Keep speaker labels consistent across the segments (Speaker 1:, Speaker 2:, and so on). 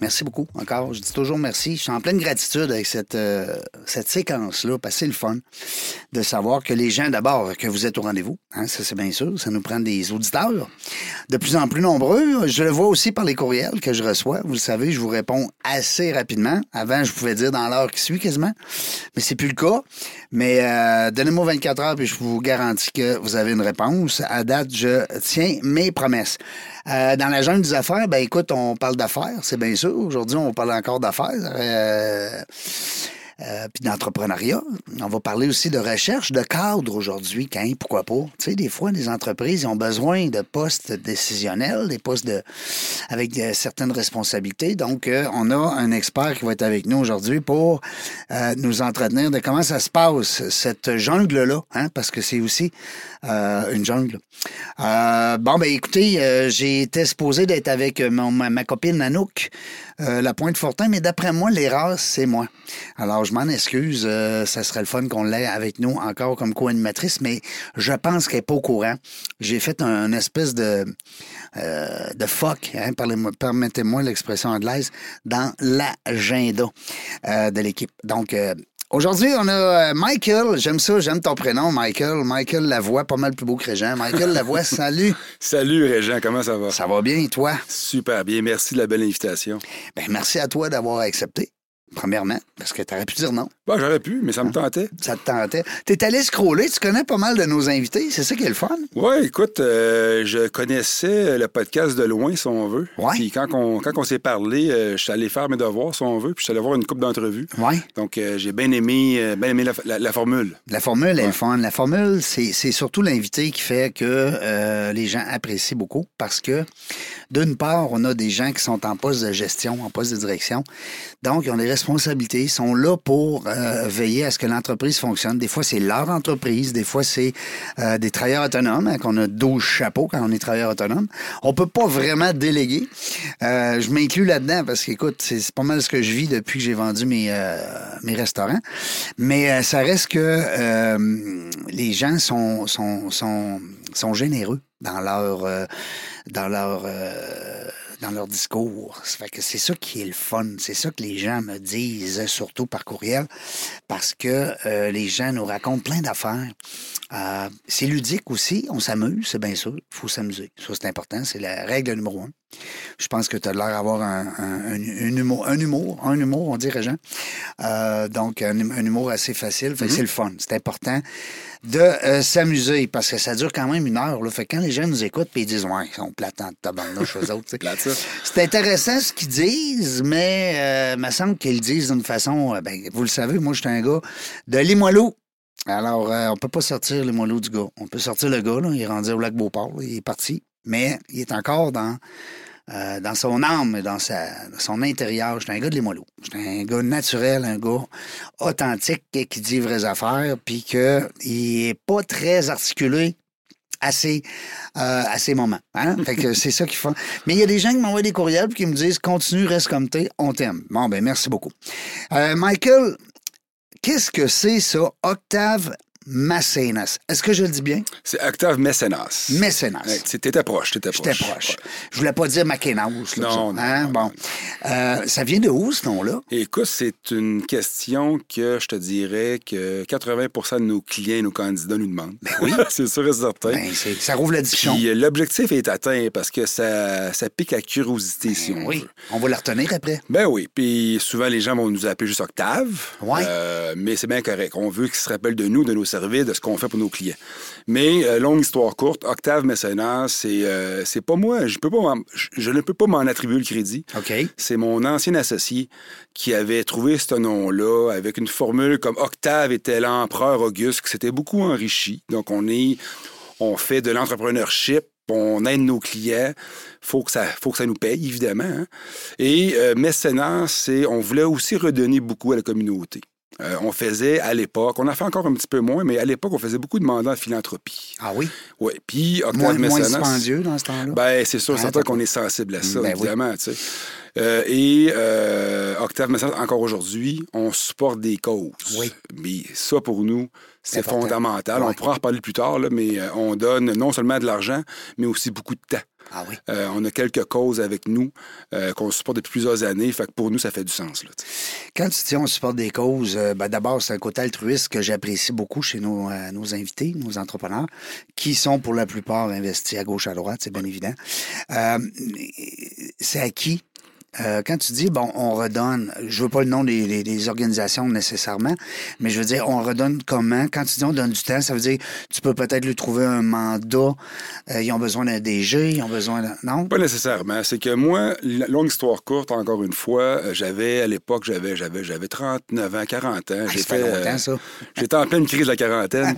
Speaker 1: Merci beaucoup encore. Je dis toujours merci. Je suis en pleine gratitude avec cette, euh, cette séquence-là, parce que c'est le fun de savoir que les gens, d'abord, que vous êtes au rendez-vous. hein, ça, c'est bien sûr. Ça nous prend des auditeurs de plus en plus nombreux. Je le vois aussi par les courriels que je reçois. Vous le savez, je vous réponds assez rapidement. Avant, je pouvais dire dans l'heure qui suit quasiment, mais c'est plus le cas. Mais euh, donnez-moi 24 heures, puis je vous garantis que vous avez une réponse. À date, je tiens mes promesses. Euh, dans la jungle des affaires, ben écoute, on parle d'affaires, c'est bien sûr. Aujourd'hui, on parle encore d'affaires. Euh, euh, puis d'entrepreneuriat. On va parler aussi de recherche de cadre aujourd'hui, quand, pourquoi pas. Tu sais, des fois, les entreprises ont besoin de postes décisionnels, des postes de, avec de- certaines responsabilités. Donc, euh, on a un expert qui va être avec nous aujourd'hui pour euh, nous entretenir de comment ça se passe, cette jungle-là, hein, parce que c'est aussi euh, une jungle. Euh, bon, ben écoutez, euh, j'ai été supposé d'être avec mon- ma, ma copine Anouk, euh, la pointe Fortin, mais d'après moi, l'erreur, c'est moi. Alors, je m'en excuse. euh, ça serait le fun qu'on l'ait avec nous encore comme co-animatrice, mais je pense qu'elle n'est pas au courant. J'ai fait un, une espèce de, euh, de fuck, hein, parlez-moi- permettez-moi l'expression anglaise, dans l'agenda euh, de l'équipe. Donc, euh, Aujourd'hui, on a euh, Michael. J'aime ça, j'aime ton prénom, Michael. Michael Lavoie, pas mal plus beau que Régent. Michael Lavoie, salut.
Speaker 2: Salut Régent, comment ça va?
Speaker 1: Ça va bien, et toi?
Speaker 2: Super bien, merci de la belle invitation.
Speaker 1: Ben, merci à toi d'avoir accepté, premièrement, parce que t'aurais pu dire non.
Speaker 2: Bon, j'aurais pu, mais ça me tentait.
Speaker 1: Ça te tentait. T'es allé scroller, tu connais pas mal de nos invités, c'est ça qui est le fun.
Speaker 2: Ouais, écoute, euh, je connaissais le podcast de loin, si on veut.
Speaker 1: Ouais.
Speaker 2: Puis quand on, quand on s'est parlé, euh, je suis allé faire mes devoirs, si on veut, puis je suis allé voir une coupe d'entrevues.
Speaker 1: Ouais.
Speaker 2: Donc, euh, j'ai bien aimé, euh, bien aimé la, la- la formule.
Speaker 1: La formule est le fun. La formule, c'est c'est surtout l'invité qui fait que euh, les gens apprécient beaucoup parce que, d'une part, on a des gens qui sont en poste de gestion, en poste de direction. Donc, ils ont des responsabilités, ils sont là pour euh, veiller à ce que l'entreprise fonctionne. Des fois, c'est leur entreprise, des fois, c'est euh, des travailleurs autonomes, hein, qu'on a 12 chapeaux quand on est travailleur autonome. On peut pas vraiment déléguer. Euh, je m'inclus là-dedans parce qu'écoute, c'est c'est pas mal ce que je vis depuis que j'ai vendu mes, euh, mes restaurants. Mais euh, ça reste que euh, les gens sont, sont, sont, sont généreux dans leur, euh, dans leur, euh, dans leur discours. Ça fait que c'est ça qui est le fun. C'est ça que les gens me disent, surtout par courriel, parce que euh, les gens nous racontent plein d'affaires. Euh, c'est ludique aussi. On s'amuse, c'est bien sûr. faut s'amuser. Ça, c'est important. C'est la règle numéro un. Je pense que tu as l'air d'avoir un, un, un- un humour, un humour, un humour, on dirait, Jean. Euh, donc, un, hum- un humour assez facile. Fait que C'est le fun. C'est important de euh, s'amuser parce que ça dure quand même une heure. Là. Fait que quand les gens nous écoutent puis ils disent Ouais, ils sont plates en tabarnouche, eux autres. tu sais.
Speaker 2: Plate, ça.
Speaker 1: C'est intéressant ce qu'ils disent, mais euh, me semble qu'ils le disent d'une façon. euh, ben, vous le savez, moi, je suis un gars de Limoilou. Alors, euh, on peut pas sortir Limoilou du gars. On peut sortir le gars, là, il est rendu au lac Beauport, là, il est parti. Mais il est encore dans, euh, dans son âme, et dans, sa, dans son intérieur. Je suis un gars de Limoilou. Je suis un gars naturel, un gars authentique qui qui dit vraies affaires, puis qu'il est pas très articulé à ses, euh, à ses moments. Hein? Fait que c'est ça qu'ils font. Mais il y a des gens qui m'envoient des courriels puis qui me disent continue, reste comme t'es, on t'aime. Bon, ben merci beaucoup. Euh, Michael, qu'est-ce que c'est ça, Octave Massénas? Est-ce que je le dis bien?
Speaker 2: C'est Octave Mécénas.
Speaker 1: Mécénas.
Speaker 2: Ouais, c'est- T'étais proche, t'étais proche.
Speaker 1: J'étais proche.
Speaker 2: Ouais.
Speaker 1: Je voulais pas dire Macénas. là,
Speaker 2: Non,
Speaker 1: ça, hein?
Speaker 2: non.
Speaker 1: Bon. Euh, ça vient de où, ce nom-là?
Speaker 2: Écoute, c'est une question que je te dirais que 80 de nos clients, nos candidats nous demandent. Ben oui. c'est sûr et certain.
Speaker 1: Ben, c'est- ça rouvre la discussion.
Speaker 2: Puis euh, l'objectif est atteint parce que ça, ça pique la curiosité, si on
Speaker 1: Ben oui,
Speaker 2: veut.
Speaker 1: on va le retenir après.
Speaker 2: Ben oui, puis souvent les gens vont nous appeler juste Octave.
Speaker 1: Ouais.
Speaker 2: Euh, mais c'est bien correct. On veut qu'ils se rappellent de nous, de nos services, de ce qu'on fait pour nos clients. Mais euh, longue histoire courte, Octave Mécénat, c'est euh, c'est pas moi. Je, peux pas m'en- je, je ne peux pas m'en attribuer le crédit.
Speaker 1: OK.
Speaker 2: C'est mon ancien associé qui avait trouvé ce nom-là avec une formule comme Octave était l'empereur Auguste, qui s'était beaucoup enrichi. Donc, on est, on fait de l'entrepreneurship on aide nos clients. Faut que ça, faut que ça nous paye, évidemment. hein. Et euh, mécénat, c'est, on voulait aussi redonner beaucoup à la communauté. Euh, on faisait à l'époque, on en fait encore un petit peu moins, mais à l'époque, on faisait beaucoup de mandats en philanthropie.
Speaker 1: Ah oui?
Speaker 2: Oui, puis Octave
Speaker 1: Moins, moins
Speaker 2: Mécénat,
Speaker 1: dispendieux dans ce temps-là?
Speaker 2: ben, c'est sûr,
Speaker 1: Ouais,
Speaker 2: c'est certain qu'on est sensible à ça,
Speaker 1: Ben oui.
Speaker 2: évidemment. tu sais. Euh, et euh, Octave Messant, encore aujourd'hui, on supporte des causes.
Speaker 1: Oui.
Speaker 2: Mais ça, pour nous, c'est
Speaker 1: Important.
Speaker 2: fondamental.
Speaker 1: Ouais.
Speaker 2: On pourra en reparler plus tard, là, mais euh, on donne non seulement de l'argent, mais aussi beaucoup de temps.
Speaker 1: ah oui.
Speaker 2: Euh, on a quelques causes avec nous euh, qu'on supporte depuis plusieurs années. Fait que pour nous, ça fait du sens. là, tu sais.
Speaker 1: Quand tu dis on supporte des causes, euh, ben d'abord, c'est un côté altruiste que j'apprécie beaucoup chez nos, euh, nos invités, nos entrepreneurs, qui sont pour la plupart investis à gauche, à droite, c'est bien évident. Euh, c'est à qui? Euh, quand tu dis, bon, on redonne, je veux pas le nom des, des- des organisations nécessairement, mais je veux dire, on redonne comment? Quand tu dis on donne du temps, ça veut dire, tu peux peut-être lui trouver un mandat, euh, ils ont besoin d'un DG, ils ont besoin d'un... Non?
Speaker 2: Pas nécessairement. C'est que moi, l- longue histoire courte, encore une fois, euh, j'avais, à l'époque, j'avais, j'avais, j'avais 39 ans, 40 ans.
Speaker 1: Ah, ça
Speaker 2: J'étais,
Speaker 1: fait longtemps,
Speaker 2: euh,
Speaker 1: ça.
Speaker 2: J'étais en pleine crise de la quarantaine.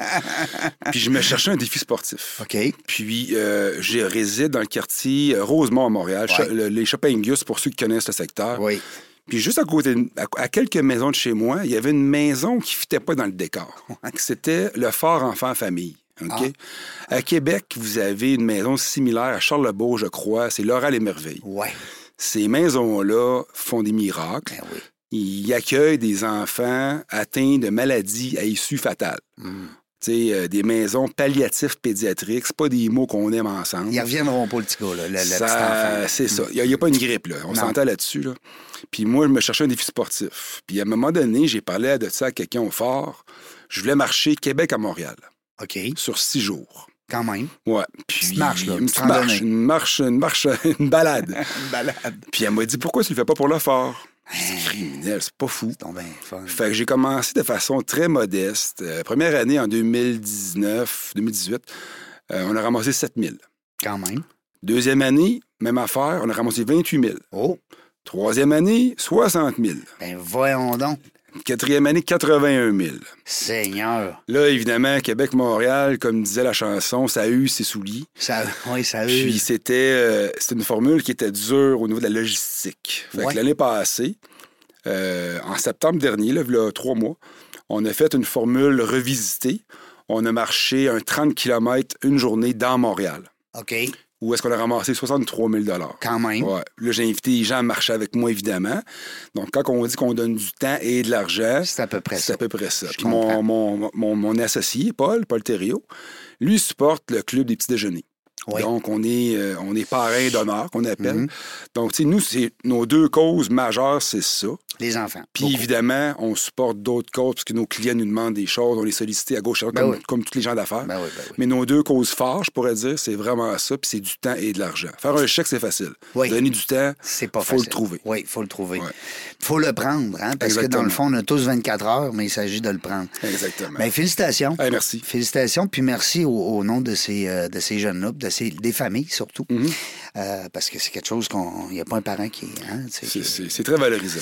Speaker 2: puis je me cherchais un défi sportif.
Speaker 1: OK.
Speaker 2: Puis euh, je réside dans le quartier euh, Rosemont à Montréal,
Speaker 1: Ouais.
Speaker 2: Cho- le- les Chopingus, pour ceux qui connaissent le secteur.
Speaker 1: Oui.
Speaker 2: Puis juste à côté, de- à, à quelques maisons de chez moi, il y avait une maison qui ne fitait pas dans le décor. C'était le Fort Enfant Famille. OK?
Speaker 1: Ah.
Speaker 2: À Québec, vous avez une maison similaire à Charlebourg, je crois. C'est Laurel et Merveille.
Speaker 1: Ouais.
Speaker 2: Ces maisons-là font des miracles.
Speaker 1: Ben oui.
Speaker 2: Ils accueillent des enfants atteints de maladies à issue fatale.
Speaker 1: Hmm.
Speaker 2: Tu sais, euh, des maisons palliatives pédiatriques, c'est pas des mots qu'on aime ensemble.
Speaker 1: Ils reviendront pas, le petit gars, là, le, le petit
Speaker 2: Ça-
Speaker 1: enfant.
Speaker 2: c'est ça. Il n'y a, pas une grippe, là. On
Speaker 1: Non.
Speaker 2: s'entend là-dessus, là. Puis moi, je me cherchais un défi sportif. Puis à un moment donné, j'ai parlé de ça à quelqu'un au fort. Je voulais marcher Québec à Montréal
Speaker 1: OK,
Speaker 2: sur six jours.
Speaker 1: quand même.
Speaker 2: Ouais. Puis,
Speaker 1: Petite marche, là,
Speaker 2: Une
Speaker 1: petite
Speaker 2: petite marche,
Speaker 1: randonnée.
Speaker 2: une marche, une marche, une balade.
Speaker 1: Une balade.
Speaker 2: Puis elle m'a dit pourquoi tu le fais pas pour le fort? J'ai dit,
Speaker 1: Hmm.
Speaker 2: criminel, c'est pas fou.
Speaker 1: C'est donc bien fun.
Speaker 2: Fait que j'ai commencé de façon très modeste. Euh, première année en 2019, 2018, euh, on a ramassé 7 000.
Speaker 1: Quand même.
Speaker 2: Deuxième année, même affaire, on a ramassé 28 000.
Speaker 1: Oh,
Speaker 2: Troisième année, 60 000.
Speaker 1: ben voyons donc.
Speaker 2: Quatrième année, 81 000.
Speaker 1: Seigneur.
Speaker 2: Là, évidemment, Québec-Montréal, comme disait la chanson, ça eu ses souliers.
Speaker 1: Ça, oui, ça
Speaker 2: Puis
Speaker 1: use.
Speaker 2: c'était euh, c'était une formule qui était dure au niveau de la logistique. Fait que
Speaker 1: Ouais.
Speaker 2: l'année passée, euh, en septembre dernier, là, il y a trois mois, on a fait une formule revisitée. On a marché un 30 km une journée dans Montréal,
Speaker 1: OK,
Speaker 2: où est-ce qu'on a ramassé 63 000
Speaker 1: quand même.
Speaker 2: Ouais. Là, j'ai invité les gens à marcher avec moi, évidemment. Donc, quand on dit qu'on donne du temps et de l'argent,
Speaker 1: C'est à peu près
Speaker 2: c'est
Speaker 1: ça.
Speaker 2: à peu près ça.
Speaker 1: Je
Speaker 2: Puis mon,
Speaker 1: comprends.
Speaker 2: mon, mon, mon associé, Paul, Paul Thériault, lui supporte le club des petits déjeuners.
Speaker 1: Oui.
Speaker 2: Donc, on est, euh, on est parrain d'honneur, qu'on appelle.
Speaker 1: Mhm.
Speaker 2: Donc, tu sais, nous, c'est- nos deux causes majeures, c'est ça.
Speaker 1: Les enfants.
Speaker 2: Puis,
Speaker 1: Beaucoup.
Speaker 2: évidemment, on supporte d'autres causes parce que nos clients nous demandent des choses, on les sollicite à gauche et à droite,
Speaker 1: Ben
Speaker 2: comme,
Speaker 1: oui.
Speaker 2: comme tous les gens d'affaires.
Speaker 1: Ben oui, ben oui.
Speaker 2: Mais nos deux causes fortes, je pourrais dire, c'est vraiment ça, puis c'est du temps et de l'argent. Faire un chèque, c'est facile.
Speaker 1: Oui.
Speaker 2: Donner du temps,
Speaker 1: C'est pas
Speaker 2: faut
Speaker 1: facile.
Speaker 2: le trouver.
Speaker 1: Oui, il faut le trouver.
Speaker 2: Ouais.
Speaker 1: faut le prendre, hein, parce que dans
Speaker 2: Exactement.
Speaker 1: le fond, on a tous 24 heures, mais il s'agit de le prendre.
Speaker 2: Exactement.
Speaker 1: Ben, félicitations.
Speaker 2: Hey, merci.
Speaker 1: Félicitations, puis merci au, au nom de ces, euh, de ces jeunes-là, puis de ces, des familles surtout,
Speaker 2: Mhm.
Speaker 1: Euh, parce que c'est quelque chose qu'on... Il n'y a pas un parent qui... hein, tu sais,
Speaker 2: C'est-
Speaker 1: qui-
Speaker 2: C'est c'est très valorisant.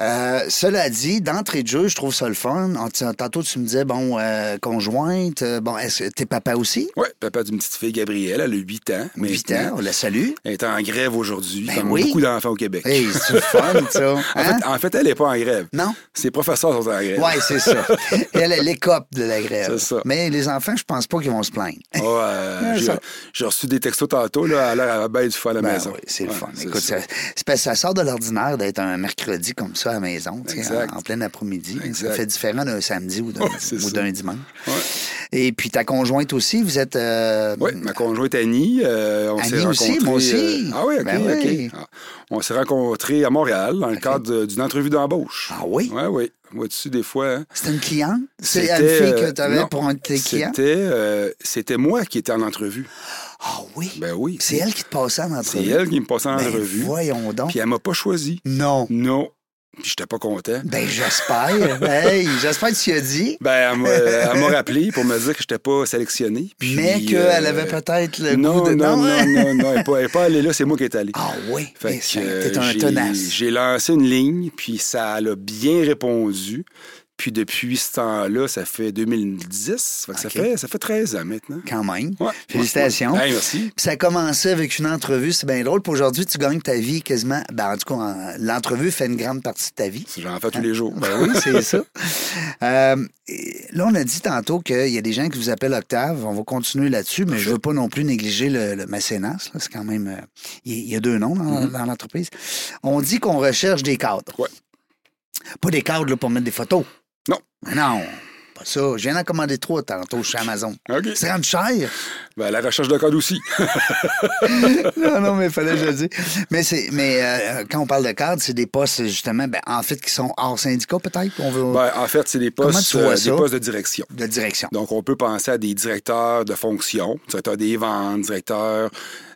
Speaker 1: Euh, cela dit, d'entrée de jeu, je trouve ça le fun. En- t- Tantôt, tu me disais, bon, euh, conjointe, euh, bon, est-ce que t'es papa aussi?
Speaker 2: Oui, papa d'une petite fille, Gabrielle, elle a 8 ans.
Speaker 1: 8
Speaker 2: maintenant.
Speaker 1: ans, on la salue.
Speaker 2: Elle est en grève aujourd'hui,
Speaker 1: Ben
Speaker 2: comme
Speaker 1: oui.
Speaker 2: beaucoup d'enfants au Québec.
Speaker 1: Hey, c'est le fun, ça.
Speaker 2: En,
Speaker 1: Hein?
Speaker 2: fait, en fait, elle n'est pas en grève.
Speaker 1: Non?
Speaker 2: Ses professeurs sont en grève.
Speaker 1: Ouais, c'est ça. Elle, elle écope de la grève.
Speaker 2: C'est ça.
Speaker 1: Mais les enfants, je pense pas qu'ils vont se plaindre.
Speaker 2: Ah, euh,
Speaker 1: Ouais,
Speaker 2: j'ai-
Speaker 1: ça-
Speaker 2: J'ai reçu des textos tantôt, là, à l'heure à la baie du feu à la
Speaker 1: Ben
Speaker 2: maison.
Speaker 1: oui, c'est le
Speaker 2: Ouais,
Speaker 1: fun. Écoute,
Speaker 2: ça.
Speaker 1: ça, c'est parce que ça sort de l'ordinaire d'être un mercredi comme ça à la maison, tu sais,
Speaker 2: Exact.
Speaker 1: en, en plein après-midi. hein. Ça
Speaker 2: Exact.
Speaker 1: fait différent d'un samedi ou d'un
Speaker 2: Ouais, c'est
Speaker 1: ou
Speaker 2: ça.
Speaker 1: d'un dimanche.
Speaker 2: Ouais.
Speaker 1: Et puis ta conjointe aussi, vous êtes... euh,
Speaker 2: Oui, ma conjointe Annie, euh, on s'est
Speaker 1: Annie aussi,
Speaker 2: rencontrés.
Speaker 1: moi aussi.
Speaker 2: euh, ah oui, ok,
Speaker 1: Ben oui.
Speaker 2: ok. Ah, On s'est rencontrés à Montréal dans le cadre de- d'une entrevue d'embauche.
Speaker 1: Ah oui?
Speaker 2: Oui, oui. Vois-tu, des fois. hein,
Speaker 1: C'était une cliente? C'est une
Speaker 2: c'était,
Speaker 1: fille que
Speaker 2: euh,
Speaker 1: tu avais
Speaker 2: non,
Speaker 1: pour un de tes clients?
Speaker 2: C'était, euh, c'était moi qui étais en entrevue.
Speaker 1: Ah oui?
Speaker 2: Ben oui.
Speaker 1: C'est elle qui te passait en
Speaker 2: C'est
Speaker 1: entrevue?
Speaker 2: elle qui me passait en
Speaker 1: Ben,
Speaker 2: entrevue.
Speaker 1: voyons donc.
Speaker 2: Puis elle m'a pas choisi.
Speaker 1: Non.
Speaker 2: Non. Puis j'étais pas content.
Speaker 1: Ben j'espère. hey, j'espère que tu y as dit.
Speaker 2: Ben, elle m'a- elle m'a rappelé pour me dire que j'étais pas sélectionné. Puis,
Speaker 1: mais qu'elle
Speaker 2: euh,
Speaker 1: avait peut-être le
Speaker 2: non,
Speaker 1: goût de...
Speaker 2: Non, non,
Speaker 1: hein?
Speaker 2: non, non, elle n'est pas, elle est pas allée là, c'est moi qui est allé.
Speaker 1: Ah oui,
Speaker 2: Fait
Speaker 1: hey,
Speaker 2: que,
Speaker 1: ça,
Speaker 2: euh,
Speaker 1: t'es un
Speaker 2: j'ai-
Speaker 1: tenace.
Speaker 2: J'ai lancé une ligne, puis ça elle a bien répondu. Puis depuis ce temps-là, ça fait 2010. Fait que ça,
Speaker 1: OK.
Speaker 2: fait, ça fait 13 ans maintenant.
Speaker 1: Quand même.
Speaker 2: Ouais.
Speaker 1: Félicitations.
Speaker 2: Ouais, merci.
Speaker 1: Puis Ça a commencé avec une entrevue, c'est bien drôle. Puis aujourd'hui, tu gagnes ta vie quasiment. Ben, en tout cas, en- l'entrevue fait une grande partie de ta vie.
Speaker 2: J'en fais tous les jours.
Speaker 1: Ben oui, c'est ça. Euh, et là, on a dit tantôt qu'il y a des gens qui vous appellent Octave. On va continuer là-dessus, mais je veux pas non plus négliger le, le mécénas. là. C'est quand même. euh, Il y- il y a deux noms dans, dans l'entreprise. On dit qu'on recherche des cadres.
Speaker 2: Mm-hmm. Ouais.
Speaker 1: Pas des cadres là, pour mettre des photos.
Speaker 2: Non.
Speaker 1: Mais non, pas ça. Je viens d'en commander trois tantôt chez Amazon.
Speaker 2: OK.
Speaker 1: C'est rendu cher.
Speaker 2: Ben, la recherche de code aussi.
Speaker 1: non, non, mais il fallait que je le dise. Mais, c'est, mais euh, quand on parle de cadres, c'est des postes, justement, ben, en fait, qui sont hors syndicat, peut-être. On veut.
Speaker 2: Ben, en fait, c'est des
Speaker 1: Comment
Speaker 2: postes,
Speaker 1: tu vois
Speaker 2: euh,
Speaker 1: ça?
Speaker 2: des postes de direction.
Speaker 1: De direction.
Speaker 2: Donc, on peut penser à des directeurs de fonction, directeur des ventes, directeur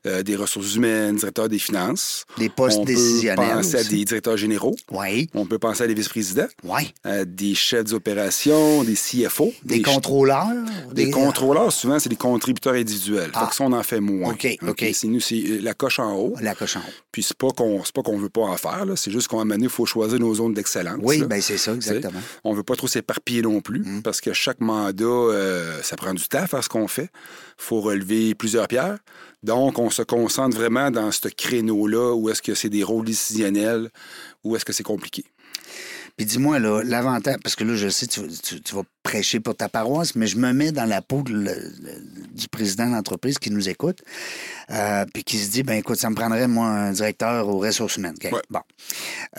Speaker 2: euh, des ressources humaines, directeur des finances.
Speaker 1: Des postes
Speaker 2: on
Speaker 1: décisionnels
Speaker 2: peut penser à
Speaker 1: aussi.
Speaker 2: des directeurs généraux.
Speaker 1: Oui,
Speaker 2: On peut penser à des vice-présidents,
Speaker 1: oui.
Speaker 2: à des chefs d'opération, des CFO.
Speaker 1: Des,
Speaker 2: ch-
Speaker 1: contrôleurs?
Speaker 2: Des contrôleurs, souvent, c'est des contributeurs individuels.
Speaker 1: Ah.
Speaker 2: Fait que ça, on en fait moins.
Speaker 1: OK, OK.
Speaker 2: C'est nous, c'est euh, la coche en haut.
Speaker 1: La cochon.
Speaker 2: Puis c'est pas qu'on c'est pas qu'on veut pas en faire, là. c'est juste qu'à un moment donné, il faut choisir nos zones d'excellence.
Speaker 1: Oui,
Speaker 2: là.
Speaker 1: ben c'est ça, exactement. Mm.
Speaker 2: Tu sais, On veut pas trop s'éparpiller non plus, parce que chaque mandat, euh, ça prend du temps à faire ce qu'on fait. faut relever plusieurs pierres. Donc, on se concentre vraiment dans ce créneau-là où est-ce que c'est des rôles décisionnels, où est-ce que c'est compliqué.
Speaker 1: Puis dis-moi, là, l'avantage, parce que là, je sais, tu, tu- tu vas prêcher pour ta paroisse, mais je me mets dans la peau de le- le- du président d'entreprise qui nous écoute, euh, puis qui se dit, ben écoute, ça me prendrait, moi, un directeur aux ressources humaines. OK,
Speaker 2: Ouais.
Speaker 1: Bon.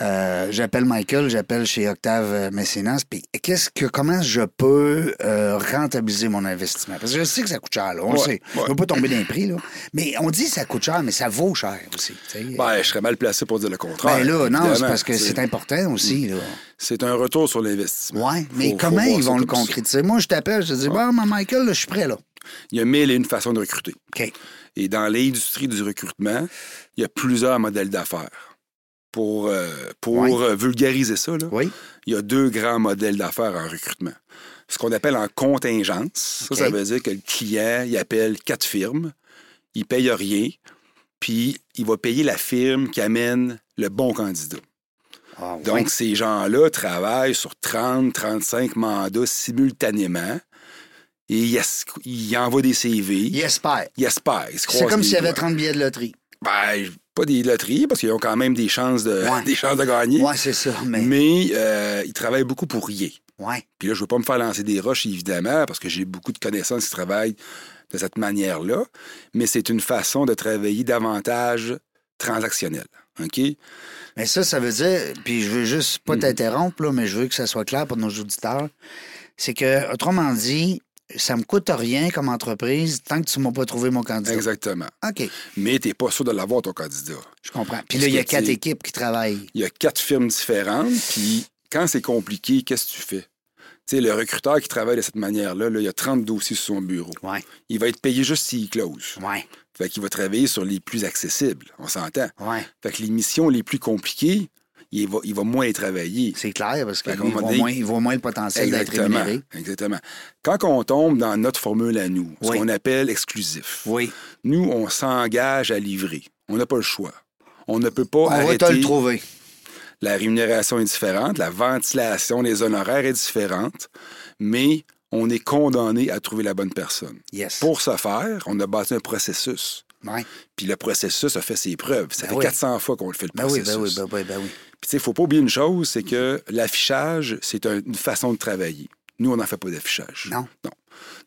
Speaker 1: Euh, j'appelle Michael, j'appelle chez Octave euh, Messinasse, puis qu'est-ce que, comment je peux euh, rentabiliser mon investissement? Parce que je sais que ça coûte cher, là, on le
Speaker 2: Ouais,
Speaker 1: sait.
Speaker 2: ouais.
Speaker 1: On ne pas tomber dans les prix, là. Mais on dit que ça coûte cher, mais ça vaut cher aussi. tu sais.
Speaker 2: Ben, je serais mal placé pour dire le contraire.
Speaker 1: Ben là, non, c'est
Speaker 2: évidemment.
Speaker 1: parce que c'est important aussi. Là.
Speaker 2: C'est un retour sur l'investissement.
Speaker 1: Ouais, mais
Speaker 2: Faut-
Speaker 1: comment
Speaker 2: faut voir
Speaker 1: ils
Speaker 2: ça
Speaker 1: vont le
Speaker 2: comme ça. Ah.
Speaker 1: concrétiser? Moi, je t'appelle, je te dis, bon, ma Michael, là, je suis prêt, là.
Speaker 2: Il y a mille et une façons de recruter.
Speaker 1: OK.
Speaker 2: Et dans l'industrie du recrutement, il y a plusieurs modèles d'affaires. Pour, euh, pour
Speaker 1: Ouais.
Speaker 2: euh, vulgariser ça, là,
Speaker 1: Oui.
Speaker 2: il y a deux grands modèles d'affaires en recrutement. Ce qu'on appelle en contingence,
Speaker 1: OK.
Speaker 2: ça, ça veut dire que le client, il appelle quatre firmes, il paye rien, puis il va payer la firme qui amène le bon candidat.
Speaker 1: Ah,
Speaker 2: Donc,
Speaker 1: ouais.
Speaker 2: ces gens-là travaillent sur 30, 35 mandats simultanément et ils, es- ils envoient des CV,
Speaker 1: Il espère.
Speaker 2: ils espèrent, ils se
Speaker 1: C'est
Speaker 2: croisent
Speaker 1: comme
Speaker 2: les
Speaker 1: s'il y avait
Speaker 2: doigts.
Speaker 1: 30 billets de loterie.
Speaker 2: Ben, pas des loteries, parce qu'ils ont quand même des chances de,
Speaker 1: Ouais.
Speaker 2: des chances de gagner.
Speaker 1: Ouais, c'est ça, mais.
Speaker 2: Mais euh, ils travaillent beaucoup pour rien.
Speaker 1: Ouais.
Speaker 2: Puis là, je veux pas me faire lancer des roches, évidemment, parce que j'ai beaucoup de connaissances qui travaillent de cette manière-là. Mais c'est une façon de travailler davantage transactionnel. OK?
Speaker 1: Mais ça, ça veut dire, puis je veux juste pas
Speaker 2: Hmm.
Speaker 1: t'interrompre, là, mais je veux que ça soit clair pour nos auditeurs. C'est que, autrement dit, ça me coûte rien comme entreprise tant que tu m'as pas trouvé mon candidat.
Speaker 2: Exactement.
Speaker 1: OK,
Speaker 2: Mais t'es pas sûr de l'avoir, ton candidat.
Speaker 1: je comprends. Puis là, il y a
Speaker 2: Parce que
Speaker 1: quatre
Speaker 2: tu-
Speaker 1: équipes qui travaillent.
Speaker 2: Il y a quatre firmes différentes, puis quand c'est compliqué, qu'est-ce que tu fais? Tu sais, le recruteur qui travaille de cette manière-là, là, il y a 30 dossiers sur son bureau.
Speaker 1: Ouais,
Speaker 2: Il va être payé juste s'il close.
Speaker 1: ouais,
Speaker 2: Fait qu'il va travailler sur les plus accessibles, on s'entend.
Speaker 1: ouais.
Speaker 2: Fait que les missions les plus compliquées, il va, il va moins les travailler.
Speaker 1: C'est clair, parce
Speaker 2: Fait
Speaker 1: qu'ils
Speaker 2: qu'à un moment
Speaker 1: voient
Speaker 2: donné-
Speaker 1: moins, ils voient moins le potentiel d'être rémunérés.
Speaker 2: Exactement. Quand on tombe dans notre formule à nous, ce
Speaker 1: Oui.
Speaker 2: qu'on appelle exclusif,
Speaker 1: Oui.
Speaker 2: nous, on s'engage à livrer. On n'a pas le choix. On ne peut pas
Speaker 1: On va te le
Speaker 2: arrêter.
Speaker 1: trouver.
Speaker 2: La rémunération est différente, la ventilation, les honoraires est différente, mais on est condamné à trouver la bonne personne.
Speaker 1: Yes.
Speaker 2: Pour ce faire, on a bâti un processus.
Speaker 1: Ouais.
Speaker 2: Puis le processus a fait ses preuves. Ça
Speaker 1: Ben
Speaker 2: fait
Speaker 1: oui.
Speaker 2: 400 fois qu'on le fait, le
Speaker 1: Ben oui,
Speaker 2: processus.
Speaker 1: ben oui, ben oui, ben oui.
Speaker 2: Puis, tu sais, faut pas oublier une chose, c'est que l'affichage, c'est un- une façon de travailler. Nous, on n'en fait pas d'affichage.
Speaker 1: Non.
Speaker 2: Non.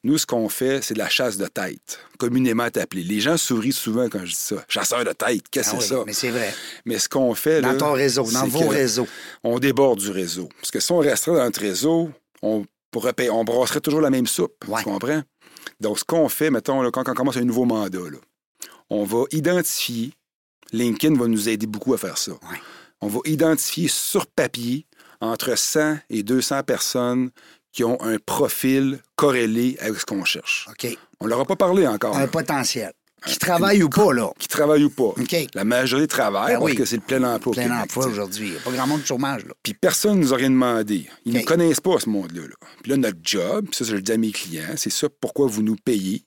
Speaker 2: Nous, ce qu'on fait, c'est de la chasse de tête, communément appelée. Les gens sourient souvent quand je dis ça. Chasseur de tête, qu'est-ce que
Speaker 1: Ah oui,
Speaker 2: c'est ça?
Speaker 1: Mais c'est vrai.
Speaker 2: Mais ce qu'on fait,
Speaker 1: Dans
Speaker 2: là,
Speaker 1: ton réseau, dans
Speaker 2: c'est
Speaker 1: vos
Speaker 2: que
Speaker 1: réseaux.
Speaker 2: On déborde du réseau. Parce que si on resterait dans notre réseau, on, pourrait payer- on brasserait toujours la même soupe.
Speaker 1: Ouais.
Speaker 2: Tu comprends? Donc, ce qu'on fait, mettons, là, quand on commence un nouveau mandat, là, on va identifier. LinkedIn va nous aider beaucoup à faire ça. On va identifier sur papier entre 100 et 200 personnes qui ont un profil corrélé avec ce qu'on cherche.
Speaker 1: OK.
Speaker 2: On leur a pas parlé encore.
Speaker 1: Un
Speaker 2: là.
Speaker 1: potentiel. Qui travaille ou pas, là.
Speaker 2: Qui travaillent ou pas.
Speaker 1: OK.
Speaker 2: La majorité travaille
Speaker 1: Ben
Speaker 2: parce
Speaker 1: oui.
Speaker 2: que c'est le plein emploi. au
Speaker 1: Plein
Speaker 2: Québec,
Speaker 1: emploi
Speaker 2: tu sais.
Speaker 1: aujourd'hui. Il n'y a pas grand monde de chômage, là.
Speaker 2: Puis personne nous a rien demandé. Ils ne
Speaker 1: OK.
Speaker 2: connaissent pas ce monde-là. là. Puis là, notre job, puis ça, je le dis à mes clients, c'est ça pourquoi vous nous payez.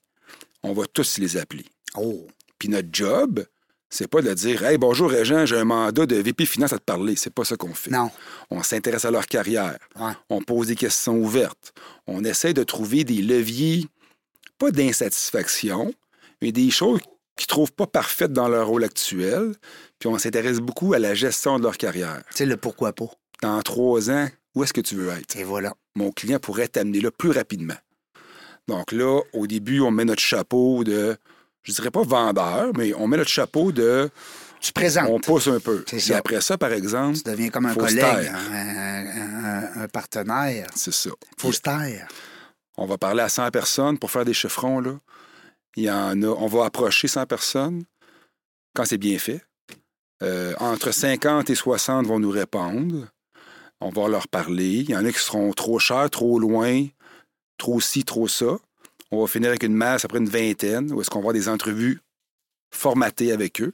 Speaker 2: On va tous les appeler.
Speaker 1: Oh.
Speaker 2: Puis notre job, C'est pas de dire Hey, bonjour Régent, j'ai un mandat de VP Finance à te parler. C'est pas ça qu'on fait.
Speaker 1: Non.
Speaker 2: On s'intéresse à leur carrière.
Speaker 1: Ouais.
Speaker 2: On pose des questions ouvertes. On essaie de trouver des leviers, pas d'insatisfaction, mais des choses qu'ils trouvent pas parfaites dans leur rôle actuel. Puis on s'intéresse beaucoup à la gestion de leur carrière.
Speaker 1: Tu sais, le pourquoi pas.
Speaker 2: Dans trois ans, où est-ce que tu veux être?
Speaker 1: Et voilà.
Speaker 2: Mon client pourrait t'amener là plus rapidement. Donc là, au début, on met notre chapeau de, je dirais pas vendeur, mais on met notre chapeau de,
Speaker 1: Tu présentes.
Speaker 2: on pousse un peu.
Speaker 1: C'est
Speaker 2: Et
Speaker 1: ça.
Speaker 2: après ça, par exemple,
Speaker 1: Tu deviens comme un
Speaker 2: Faut se
Speaker 1: collègue,
Speaker 2: taire.
Speaker 1: un, un- un- un partenaire.
Speaker 2: c'est ça.
Speaker 1: Faut se taire.
Speaker 2: On va parler à 100 personnes pour faire des chiffrons, là. Il y en a, on va approcher 100 personnes quand c'est bien fait. Euh, entre 50 et 60 vont nous répondre. On va leur parler. Il y en a qui seront trop chers, trop loin, trop ci, trop ça. On va finir avec une masse après une vingtaine où est-ce qu'on va avoir des entrevues formatées avec eux.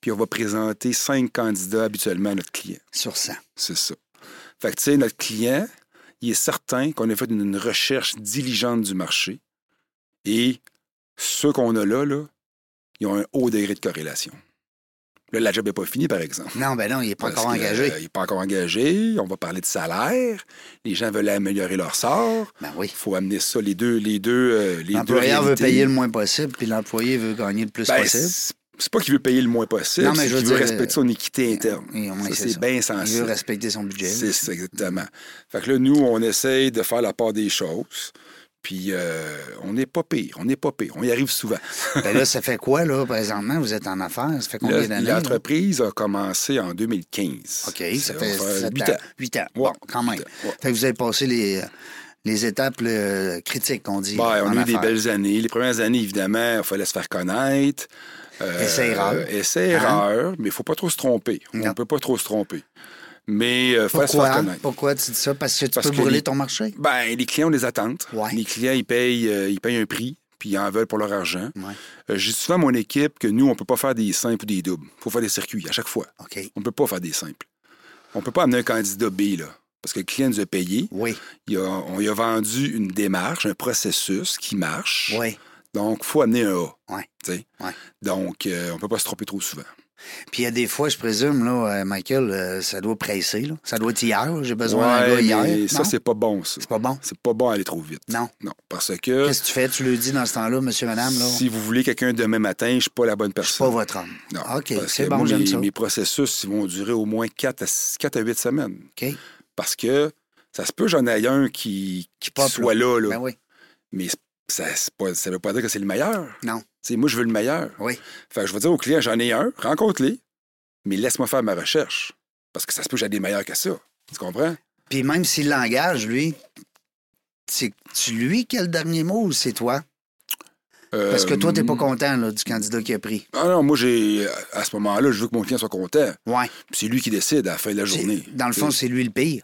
Speaker 2: Puis on va présenter cinq candidats habituellement à notre client.
Speaker 1: Sur ça.
Speaker 2: C'est ça. Fait que, tu sais, notre client, il est certain qu'on a fait une, une recherche diligente du marché. Et ceux qu'on a là, là, ils ont un haut degré de corrélation. Là, la job n'est pas finie, par exemple.
Speaker 1: Non, ben non, il n'est pas
Speaker 2: Parce
Speaker 1: encore
Speaker 2: que,
Speaker 1: engagé.
Speaker 2: euh, il n'est pas encore engagé. On va parler de salaire. Les gens veulent améliorer leur sort.
Speaker 1: Ben oui.
Speaker 2: Il faut amener ça, les deux, les deux, euh, les deux
Speaker 1: L'employeur veut
Speaker 2: réalités.
Speaker 1: payer le moins possible, puis l'employé veut gagner le plus
Speaker 2: Ben,
Speaker 1: possible.
Speaker 2: c'est- c'est pas qu'il veut payer le moins possible,
Speaker 1: Non, mais
Speaker 2: c'est
Speaker 1: je veux
Speaker 2: qu'il veut
Speaker 1: dire,
Speaker 2: respecter son équité interne.
Speaker 1: Et au moins,
Speaker 2: Ça,
Speaker 1: c'est
Speaker 2: c'est
Speaker 1: ça.
Speaker 2: bien
Speaker 1: Il
Speaker 2: sensible.
Speaker 1: veut respecter son budget.
Speaker 2: C'est ça, exactement. Fait que là, nous, on essaye de faire la part des choses. Puis, euh, on n'est pas pire, on n'est pas pire. On y arrive souvent.
Speaker 1: Ben là, ça fait quoi, là, présentement? Vous êtes en affaires? Ça fait combien
Speaker 2: Là,
Speaker 1: d'années? là?
Speaker 2: L'entreprise a commencé en 2015.
Speaker 1: OK, ça fait sept
Speaker 2: 8
Speaker 1: ans.
Speaker 2: ans.
Speaker 1: Huit ans.
Speaker 2: Ouais,
Speaker 1: Bon, quand
Speaker 2: huit
Speaker 1: même.
Speaker 2: ans, ouais.
Speaker 1: Fait que vous avez passé les, euh, les étapes euh, critiques, qu'on dit.
Speaker 2: Ben, on a
Speaker 1: en
Speaker 2: eu des
Speaker 1: affaires.
Speaker 2: belles années. Les premières années, évidemment, il fallait se faire connaître. Euh,
Speaker 1: Essai-erreur.
Speaker 2: euh, Essai-erreur, mais il ne faut pas trop se tromper. On
Speaker 1: Hein? Non.
Speaker 2: ne peut pas trop se tromper. Mais il faut se faire
Speaker 1: Pourquoi?
Speaker 2: connaître.
Speaker 1: Pourquoi tu dis ça? Parce que tu
Speaker 2: Parce
Speaker 1: peux
Speaker 2: que
Speaker 1: brûler
Speaker 2: les-
Speaker 1: ton marché?
Speaker 2: Ben, les clients ont des attentes.
Speaker 1: Ouais.
Speaker 2: Les clients, ils payent, euh, ils payent un prix, puis ils en veulent pour leur argent.
Speaker 1: Ouais.
Speaker 2: Euh, je dis souvent à mon équipe que nous, on ne peut pas faire des simples ou des doubles. Il faut faire des circuits à chaque fois.
Speaker 1: OK.
Speaker 2: On ne peut pas faire des simples. On ne peut pas amener un candidat B, là. Parce que le client nous a payé.
Speaker 1: Oui,
Speaker 2: Il a- on lui a vendu une démarche, un processus qui marche.
Speaker 1: oui.
Speaker 2: Donc, il faut amener un A.
Speaker 1: Ouais.
Speaker 2: tu sais.
Speaker 1: Ouais.
Speaker 2: Donc, euh, on ne peut pas se tromper trop souvent.
Speaker 1: Puis il y a des fois, je présume, là, euh, Michael, euh, ça doit presser. Là. Ça doit être hier. là. J'ai besoin d'un
Speaker 2: Ouais,
Speaker 1: gars hier.
Speaker 2: mais ça,
Speaker 1: Non?
Speaker 2: c'est pas bon, ça.
Speaker 1: C'est pas bon.
Speaker 2: C'est pas bon d'aller trop vite.
Speaker 1: Non.
Speaker 2: Non. Parce que
Speaker 1: Qu'est-ce que tu fais? Tu le dis dans ce temps-là, monsieur, madame, là?
Speaker 2: si vous voulez quelqu'un demain matin, je ne suis pas la bonne
Speaker 1: Je suis pas
Speaker 2: personne.
Speaker 1: votre homme.
Speaker 2: Non,
Speaker 1: Ah, OK,
Speaker 2: parce
Speaker 1: c'est
Speaker 2: que
Speaker 1: bon,
Speaker 2: moi,
Speaker 1: j'aime
Speaker 2: mes,
Speaker 1: ça.
Speaker 2: mes processus ils vont durer au moins 4 à, 6 4 à 8 semaines.
Speaker 1: OK.
Speaker 2: Parce que ça se peut, j'en ai un qui, qui
Speaker 1: Pop,
Speaker 2: soit là, là.
Speaker 1: Ben oui.
Speaker 2: mais c'est- ça ne veut pas dire que c'est le meilleur.
Speaker 1: Non.
Speaker 2: T'sais, moi, je veux le meilleur.
Speaker 1: Oui.
Speaker 2: Fait que je vais dire au client, j'en ai un, rencontre-les, mais laisse-moi faire ma recherche. Parce que ça se peut que j'en ai des meilleurs que ça. Tu comprends?
Speaker 1: Puis même s'il l'engage, lui, c'est tu lui qui a le dernier mot ou c'est toi? Parce que toi, t'es pas content là, du candidat qui a pris.
Speaker 2: Euh, Ah non, moi, j'ai à ce moment-là, je veux que mon client soit content.
Speaker 1: Ouais.
Speaker 2: Puis C'est lui qui décide à la fin de la
Speaker 1: C'est-
Speaker 2: journée.
Speaker 1: Dans le fond, c'est lui le pire.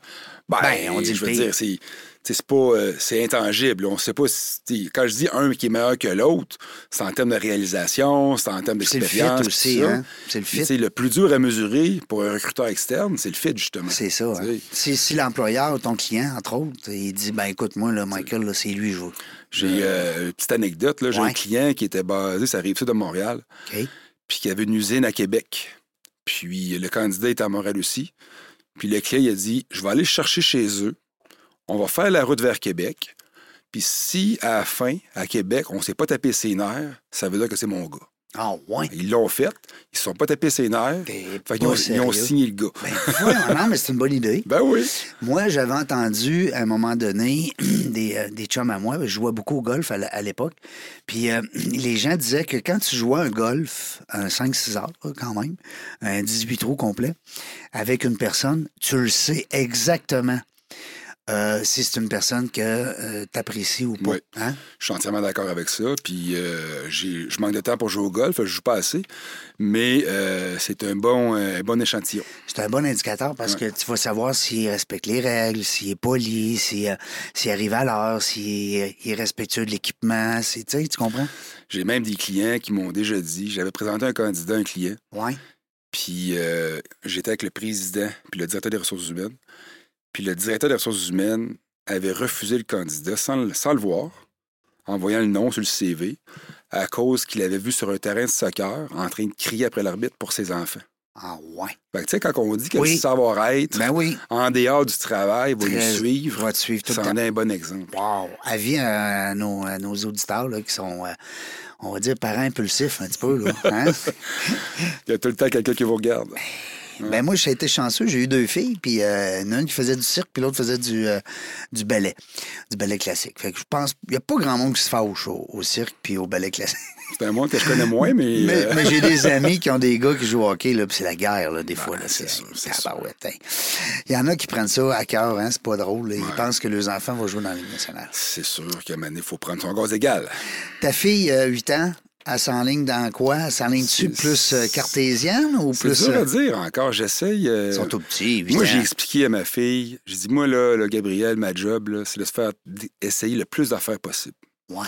Speaker 2: Ben,
Speaker 1: Ben, on dit le
Speaker 2: je veux
Speaker 1: pire.
Speaker 2: dire, c'est, t'sais, c'est pas, euh, c'est intangible. On sait pas si, t'sais, quand je dis un qui est meilleur que l'autre, c'est en termes de réalisation, c'est en termes
Speaker 1: C'est le fit
Speaker 2: d'expérience. puis
Speaker 1: aussi,
Speaker 2: ça.
Speaker 1: hein? C'est le
Speaker 2: Puis,
Speaker 1: fit.
Speaker 2: t'sais, le plus dur à mesurer pour un recruteur externe, c'est le fit, justement.
Speaker 1: C'est ça. hein.
Speaker 2: T'sais,
Speaker 1: Si, si l'employeur, ton client, entre autres, il dit ben écoute, moi, là, Michael, là, c'est lui que je veux.
Speaker 2: J'ai euh, une petite anecdote, là. J'ai
Speaker 1: Ouais.
Speaker 2: un client qui était basé, ça arrive ça de Montréal,
Speaker 1: OK.
Speaker 2: puis qui avait une usine à Québec. Puis le candidat était à Montréal aussi. Puis le client, il a dit Je vais aller chercher chez eux. On va faire la route vers Québec. Puis si à la fin, à Québec, on ne s'est pas tapé ses nerfs, ça veut dire que c'est mon gars.
Speaker 1: Ah, ouais.
Speaker 2: Ils l'ont fait, ils ne se sont pas tapés ses nerfs.
Speaker 1: T'es
Speaker 2: Fait
Speaker 1: pas
Speaker 2: qu'ils ont, ils
Speaker 1: sérieux.
Speaker 2: ont signé le gars.
Speaker 1: Ben, voyons, non, mais c'est une bonne idée.
Speaker 2: Ben oui.
Speaker 1: Moi, j'avais entendu à un moment donné des, euh, des chums à moi, je jouais beaucoup au golf à la- à l'époque. Puis euh, les gens disaient que quand tu jouais un golf, un 5-6 heures là, quand même, un 18 trous complet, avec une personne, tu le sais exactement euh, si c'est une personne que tu apprécies ou pas.
Speaker 2: Oui.
Speaker 1: Hein?
Speaker 2: Je suis entièrement d'accord avec ça. Puis euh, j'ai- je manque de temps pour jouer au golf, je joue pas assez. Mais euh, c'est un bon, un bon échantillon.
Speaker 1: C'est un bon indicateur parce que tu vas savoir s'il respecte les règles, s'il est poli, s'il euh, s'il arrive à l'heure, s'il est, il est respectueux de l'équipement. c'est- Tu sais, tu comprends?
Speaker 2: J'ai même des clients qui m'ont déjà dit, j'avais présenté un candidat à un client,
Speaker 1: Oui.
Speaker 2: puis euh, j'étais avec le président, puis le directeur des ressources humaines. Puis le directeur des ressources humaines avait refusé le candidat sans, le- sans le voir, en voyant le nom sur le CV, à cause qu'il avait vu sur un terrain de soccer en train de crier après l'arbitre pour ses enfants.
Speaker 1: Ah ouais.
Speaker 2: Fait que, tu sais, quand on dit que
Speaker 1: Oui.
Speaker 2: le savoir-être,
Speaker 1: Ben oui.
Speaker 2: en dehors du travail, va nous
Speaker 1: Très-
Speaker 2: suivre,
Speaker 1: va te suivre tout le
Speaker 2: c'en
Speaker 1: temps.
Speaker 2: est un bon exemple.
Speaker 1: Wow! Avis à, à nos, à nos auditeurs là, qui sont, euh, on va dire, parents impulsifs un petit peu. Là, hein?
Speaker 2: Il y a tout le temps quelqu'un qui vous regarde.
Speaker 1: ben moi, j'ai été chanceux. J'ai eu deux filles, puis euh, il y en a une qui faisait du cirque, puis l'autre faisait du, euh, du ballet, du ballet classique. Fait que je pense, il n'y a pas grand monde qui se fâche au, au cirque puis au ballet classique.
Speaker 2: C'est un monde que je connais moins, mais...
Speaker 1: Mais,
Speaker 2: euh,
Speaker 1: mais j'ai des amis qui ont des gars qui jouent au hockey, là, puis c'est la guerre, là, des fois. là,
Speaker 2: Ben, c'est
Speaker 1: c'est
Speaker 2: sûr, c'est
Speaker 1: tabarouette, hein. Il y en a qui prennent ça à cœur, hein, c'est pas drôle. là. Ils pensent que leurs enfants vont jouer dans la Ligue nationale.
Speaker 2: C'est sûr qu'à un moment donné, il faut prendre son gaz égal.
Speaker 1: Ta fille, 8 ans, elle s'enligne dans quoi? Elle s'enligne-tu
Speaker 2: C'est-
Speaker 1: plus euh, cartésienne ou
Speaker 2: C'est
Speaker 1: plus...
Speaker 2: dur à
Speaker 1: euh,
Speaker 2: dire encore, j'essaye. euh,
Speaker 1: Ils sont tout petits, 8
Speaker 2: Moi,
Speaker 1: ans.
Speaker 2: j'ai expliqué à ma fille, j'ai dit, moi, là, là, Gabriel, ma job, là, c'est de se faire d- essayer le plus d'affaires possible.
Speaker 1: Ouais.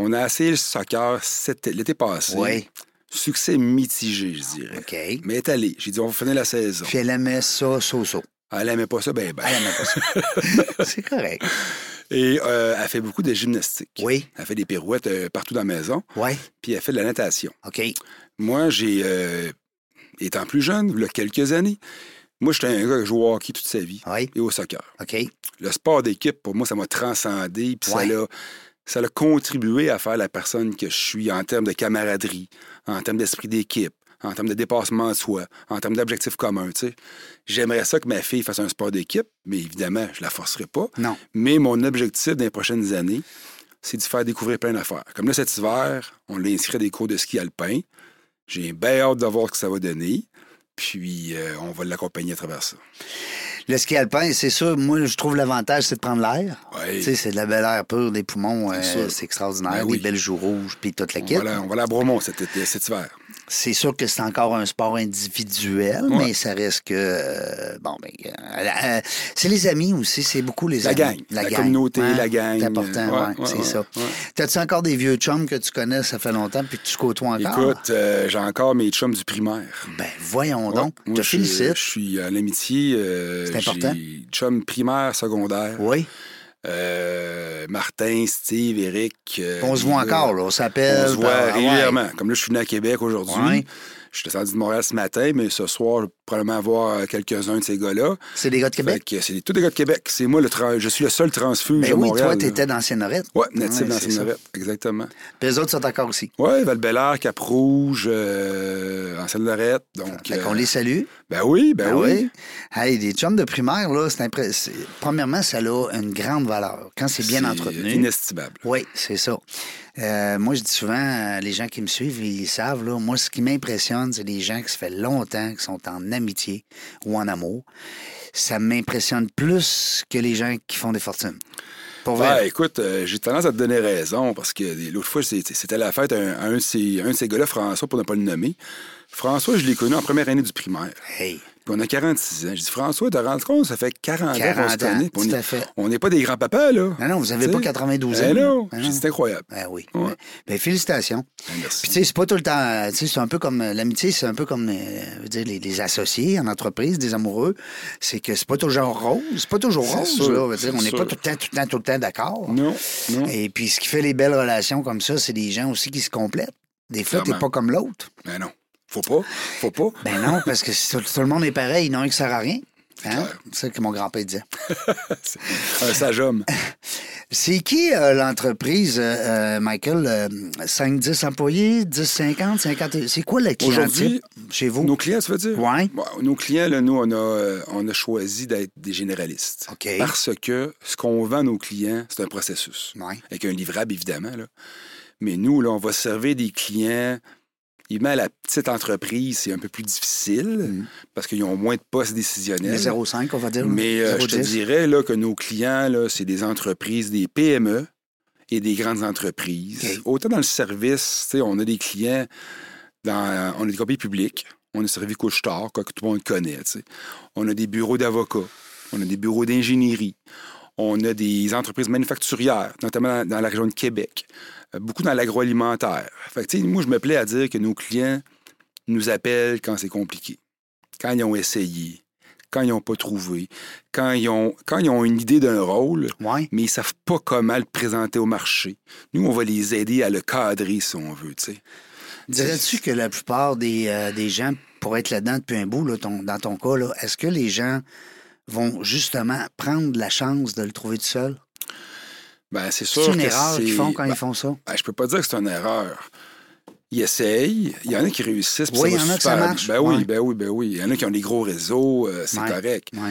Speaker 2: On a essayé le soccer cet- l'été passé.
Speaker 1: Oui,
Speaker 2: Succès mitigé, je dirais.
Speaker 1: OK.
Speaker 2: Mais elle est allée. J'ai dit, on va finir la saison.
Speaker 1: Puis elle aimait ça, so, so.
Speaker 2: Elle aimait pas ça, ben, ben.
Speaker 1: Elle aimait pas ça. c'est correct.
Speaker 2: Et euh, elle fait beaucoup de gymnastique.
Speaker 1: Oui,
Speaker 2: Elle fait des pirouettes euh, partout dans la maison,
Speaker 1: oui,
Speaker 2: puis elle fait de la natation.
Speaker 1: OK.
Speaker 2: Moi, j'ai, euh, étant plus jeune, il y a quelques années, moi, j'étais un gars qui jouait au hockey toute sa vie
Speaker 1: Oui,
Speaker 2: et au soccer.
Speaker 1: OK.
Speaker 2: Le sport d'équipe, pour moi, ça m'a transcendé, puis ça
Speaker 1: Ouais.
Speaker 2: l'a- ça l'a contribué à faire la personne que je suis en termes de camaraderie, en termes d'esprit d'équipe, en termes de dépassement de soi, en termes d'objectifs communs, tu sais. J'aimerais ça que ma fille fasse un sport d'équipe, mais évidemment, je la forcerai pas.
Speaker 1: Non.
Speaker 2: Mais mon objectif dans les prochaines années, c'est de faire découvrir plein d'affaires. Comme là, cet hiver, on l'a inscrit à des cours de ski alpin. J'ai bien hâte de voir ce que ça va donner. Puis, euh, on va l'accompagner à travers ça.
Speaker 1: Le ski alpin, c'est sûr, moi, je trouve l'avantage, c'est de prendre l'air.
Speaker 2: Ouais.
Speaker 1: Tu sais, c'est de la belle air pure, des poumons, euh,
Speaker 2: sûr.
Speaker 1: c'est extraordinaire,
Speaker 2: Ben
Speaker 1: des
Speaker 2: oui.
Speaker 1: belles joues rouges, puis toute la
Speaker 2: On
Speaker 1: quête.
Speaker 2: va, la, on va aller à Bromont cet, été- cet hiver.
Speaker 1: C'est sûr que c'est encore un sport individuel,
Speaker 2: Ouais.
Speaker 1: mais ça reste que. euh, bon, ben, euh, euh, c'est les amis aussi, c'est beaucoup les
Speaker 2: La
Speaker 1: amis.
Speaker 2: gang, la communauté,
Speaker 1: Ouais,
Speaker 2: la gang.
Speaker 1: C'est important,
Speaker 2: Ouais,
Speaker 1: ouais,
Speaker 2: ouais,
Speaker 1: c'est
Speaker 2: ouais,
Speaker 1: ça.
Speaker 2: ouais.
Speaker 1: T'as-tu encore des vieux chums que tu connais, ça fait longtemps, puis que tu côtoies encore?
Speaker 2: Écoute, euh, j'ai encore mes chums du primaire.
Speaker 1: Ben, voyons donc.
Speaker 2: Ouais, moi,
Speaker 1: je te
Speaker 2: je suis-
Speaker 1: félicite.
Speaker 2: Je suis à l'amitié. euh,
Speaker 1: C'est important.
Speaker 2: j'ai Chum primaire, secondaire.
Speaker 1: Oui.
Speaker 2: Euh, Martin, Steve, Eric. euh,
Speaker 1: On se voit
Speaker 2: les gars.
Speaker 1: encore, là. On s'appelle.
Speaker 2: On se voit
Speaker 1: ben, ouais.
Speaker 2: régulièrement. Comme là, je suis venu à Québec aujourd'hui.
Speaker 1: Ouais.
Speaker 2: Je suis descendu de Montréal ce matin, mais ce soir, je vais probablement voir euh, quelques-uns de ces gars-là.
Speaker 1: C'est des gars de
Speaker 2: Fait
Speaker 1: Québec?
Speaker 2: que c'est tous des gars de Québec. C'est moi, le tra- je suis le seul transfuge
Speaker 1: Ben
Speaker 2: à
Speaker 1: oui,
Speaker 2: Montréal.
Speaker 1: toi, t'étais dans Sénorette.
Speaker 2: Oui, natif
Speaker 1: Ouais,
Speaker 2: dans
Speaker 1: c'est
Speaker 2: cette
Speaker 1: ça.
Speaker 2: navette, exactement.
Speaker 1: Puis les autres sont encore aussi.
Speaker 2: Oui, Val-Bélair, Cap-Rouge, euh, Ancienne Lorette. Donc,
Speaker 1: Fait
Speaker 2: euh,
Speaker 1: qu'on les salue.
Speaker 2: ben oui, ben,
Speaker 1: Ben
Speaker 2: oui.
Speaker 1: oui. Hey, des chums de primaire, là, c'est impré- c'est- Premièrement, ça a une grande valeur quand c'est bien entretenu.
Speaker 2: Inestimable.
Speaker 1: Oui, c'est ça. Euh, moi, je dis souvent, euh, les gens qui me suivent, ils savent, là, moi, ce qui m'impressionne, c'est les gens qui se fait longtemps, qui sont en amitié ou en amour. Ça m'impressionne plus que les gens qui font des fortunes. Pour
Speaker 2: Ben,
Speaker 1: vrai.
Speaker 2: écoute, euh, j'ai tendance à te donner raison parce que l'autre fois, c'est- c'était la fête à un, à un de ces, un de ces gars-là, François, pour ne pas le nommer. François, je l'ai connu en première année du primaire.
Speaker 1: Hey,
Speaker 2: Puis on a 46 ans. Je dis, François, t'as rendu compte, ça fait 40, ans qu'on se
Speaker 1: 40 ans,
Speaker 2: connaît. Puis
Speaker 1: tout
Speaker 2: on est-
Speaker 1: à fait.
Speaker 2: On n'est pas des grands-papas, là.
Speaker 1: Non, non, vous avez
Speaker 2: Tu
Speaker 1: pas
Speaker 2: sais?
Speaker 1: 92 ans.
Speaker 2: Ben non,
Speaker 1: Ben
Speaker 2: J'ai dit, c'est incroyable.
Speaker 1: Ben oui.
Speaker 2: Ouais.
Speaker 1: Ben, félicitations.
Speaker 2: Ben, merci.
Speaker 1: Puis tu sais, c'est pas tout le temps. euh, Tu sais, c'est un peu comme euh, l'amitié, c'est un peu comme euh, je veux dire, les, les associés en entreprise, des amoureux. C'est que c'est pas toujours rose. C'est pas toujours
Speaker 2: C'est
Speaker 1: rose,
Speaker 2: sûr,
Speaker 1: là, je veux dire, on
Speaker 2: c'est
Speaker 1: n'est pas
Speaker 2: sûr.
Speaker 1: tout le temps, tout le temps, tout le temps d'accord.
Speaker 2: Non, non.
Speaker 1: Et puis ce qui fait les belles relations comme ça, c'est des gens aussi qui se complètent. Des fois, t'es
Speaker 2: Clairement.
Speaker 1: pas comme l'autre.
Speaker 2: Ben non. Faut pas. Faut pas.
Speaker 1: Ben non, parce que si tout, tout le monde est pareil, il y en a un qui sert à rien. Hein?
Speaker 2: clair.
Speaker 1: C'est ça que mon grand-père disait.
Speaker 2: Un sage homme.
Speaker 1: C'est qui euh, l'entreprise, euh, euh, Michael? euh, 5, 10 employés, 10, 50, 50. C'est quoi la clientèle
Speaker 2: Aujourd'hui,
Speaker 1: chez vous?
Speaker 2: Nos clients, tu veux dire?
Speaker 1: oh. Ouais.
Speaker 2: Bon, nos clients, là, nous, on a, euh, on a choisi d'être des généralistes.
Speaker 1: OK.
Speaker 2: Parce que ce qu'on vend à nos clients, c'est un processus.
Speaker 1: Ouais.
Speaker 2: Avec un livrable, évidemment. Là. Mais nous, là, on va servir des clients. Évidemment, la petite entreprise, c'est un peu plus difficile parce qu'ils ont moins de postes décisionnels.
Speaker 1: Le 0,5, on va dire.
Speaker 2: Mais euh, je te
Speaker 1: 0,10.
Speaker 2: dirais là, que nos clients, là, c'est des entreprises, des E. PME et des grandes entreprises.
Speaker 1: OK.
Speaker 2: Autant dans le service, tu sais, on a des clients, dans, euh, on a des compagnies publiques, on a servi couche-tard, quoi que tout le monde connaît. tu sais. On a des bureaux d'avocats, on a des bureaux d'ingénierie, on a des entreprises manufacturières, notamment dans, dans la région de Québec, euh, beaucoup dans l'agroalimentaire. Fait que, tu sais, moi, je me plais à dire que nos clients nous appellent quand c'est compliqué, quand ils ont essayé, quand ils n'ont pas trouvé, quand ils ont, quand ils ont une idée d'un rôle,
Speaker 1: Ouais.
Speaker 2: mais ils savent pas comment le présenter au marché. Nous, on va les aider à le cadrer, si on veut, tu sais.
Speaker 1: Dirais-tu que la plupart des, euh, des gens, pour être là-dedans depuis un bout, là, ton- dans ton cas, là, est-ce que les gens vont justement prendre la chance de le trouver tout seul?
Speaker 2: Ben, c'est sûr
Speaker 1: C'est une
Speaker 2: que
Speaker 1: erreur qu'ils
Speaker 2: c'est-
Speaker 1: font quand
Speaker 2: ben,
Speaker 1: ils font ça?
Speaker 2: ben, je peux pas dire que c'est une erreur. Ils essayent, il y en a qui réussissent. puis
Speaker 1: Oui, il
Speaker 2: ça va
Speaker 1: y en a que
Speaker 2: super
Speaker 1: ça
Speaker 2: bien.
Speaker 1: marche,
Speaker 2: Ben oui,
Speaker 1: ouais.
Speaker 2: ben oui, ben oui. Il y en a qui ont des gros réseaux, euh, c'est
Speaker 1: Ouais.
Speaker 2: correct.
Speaker 1: Ouais.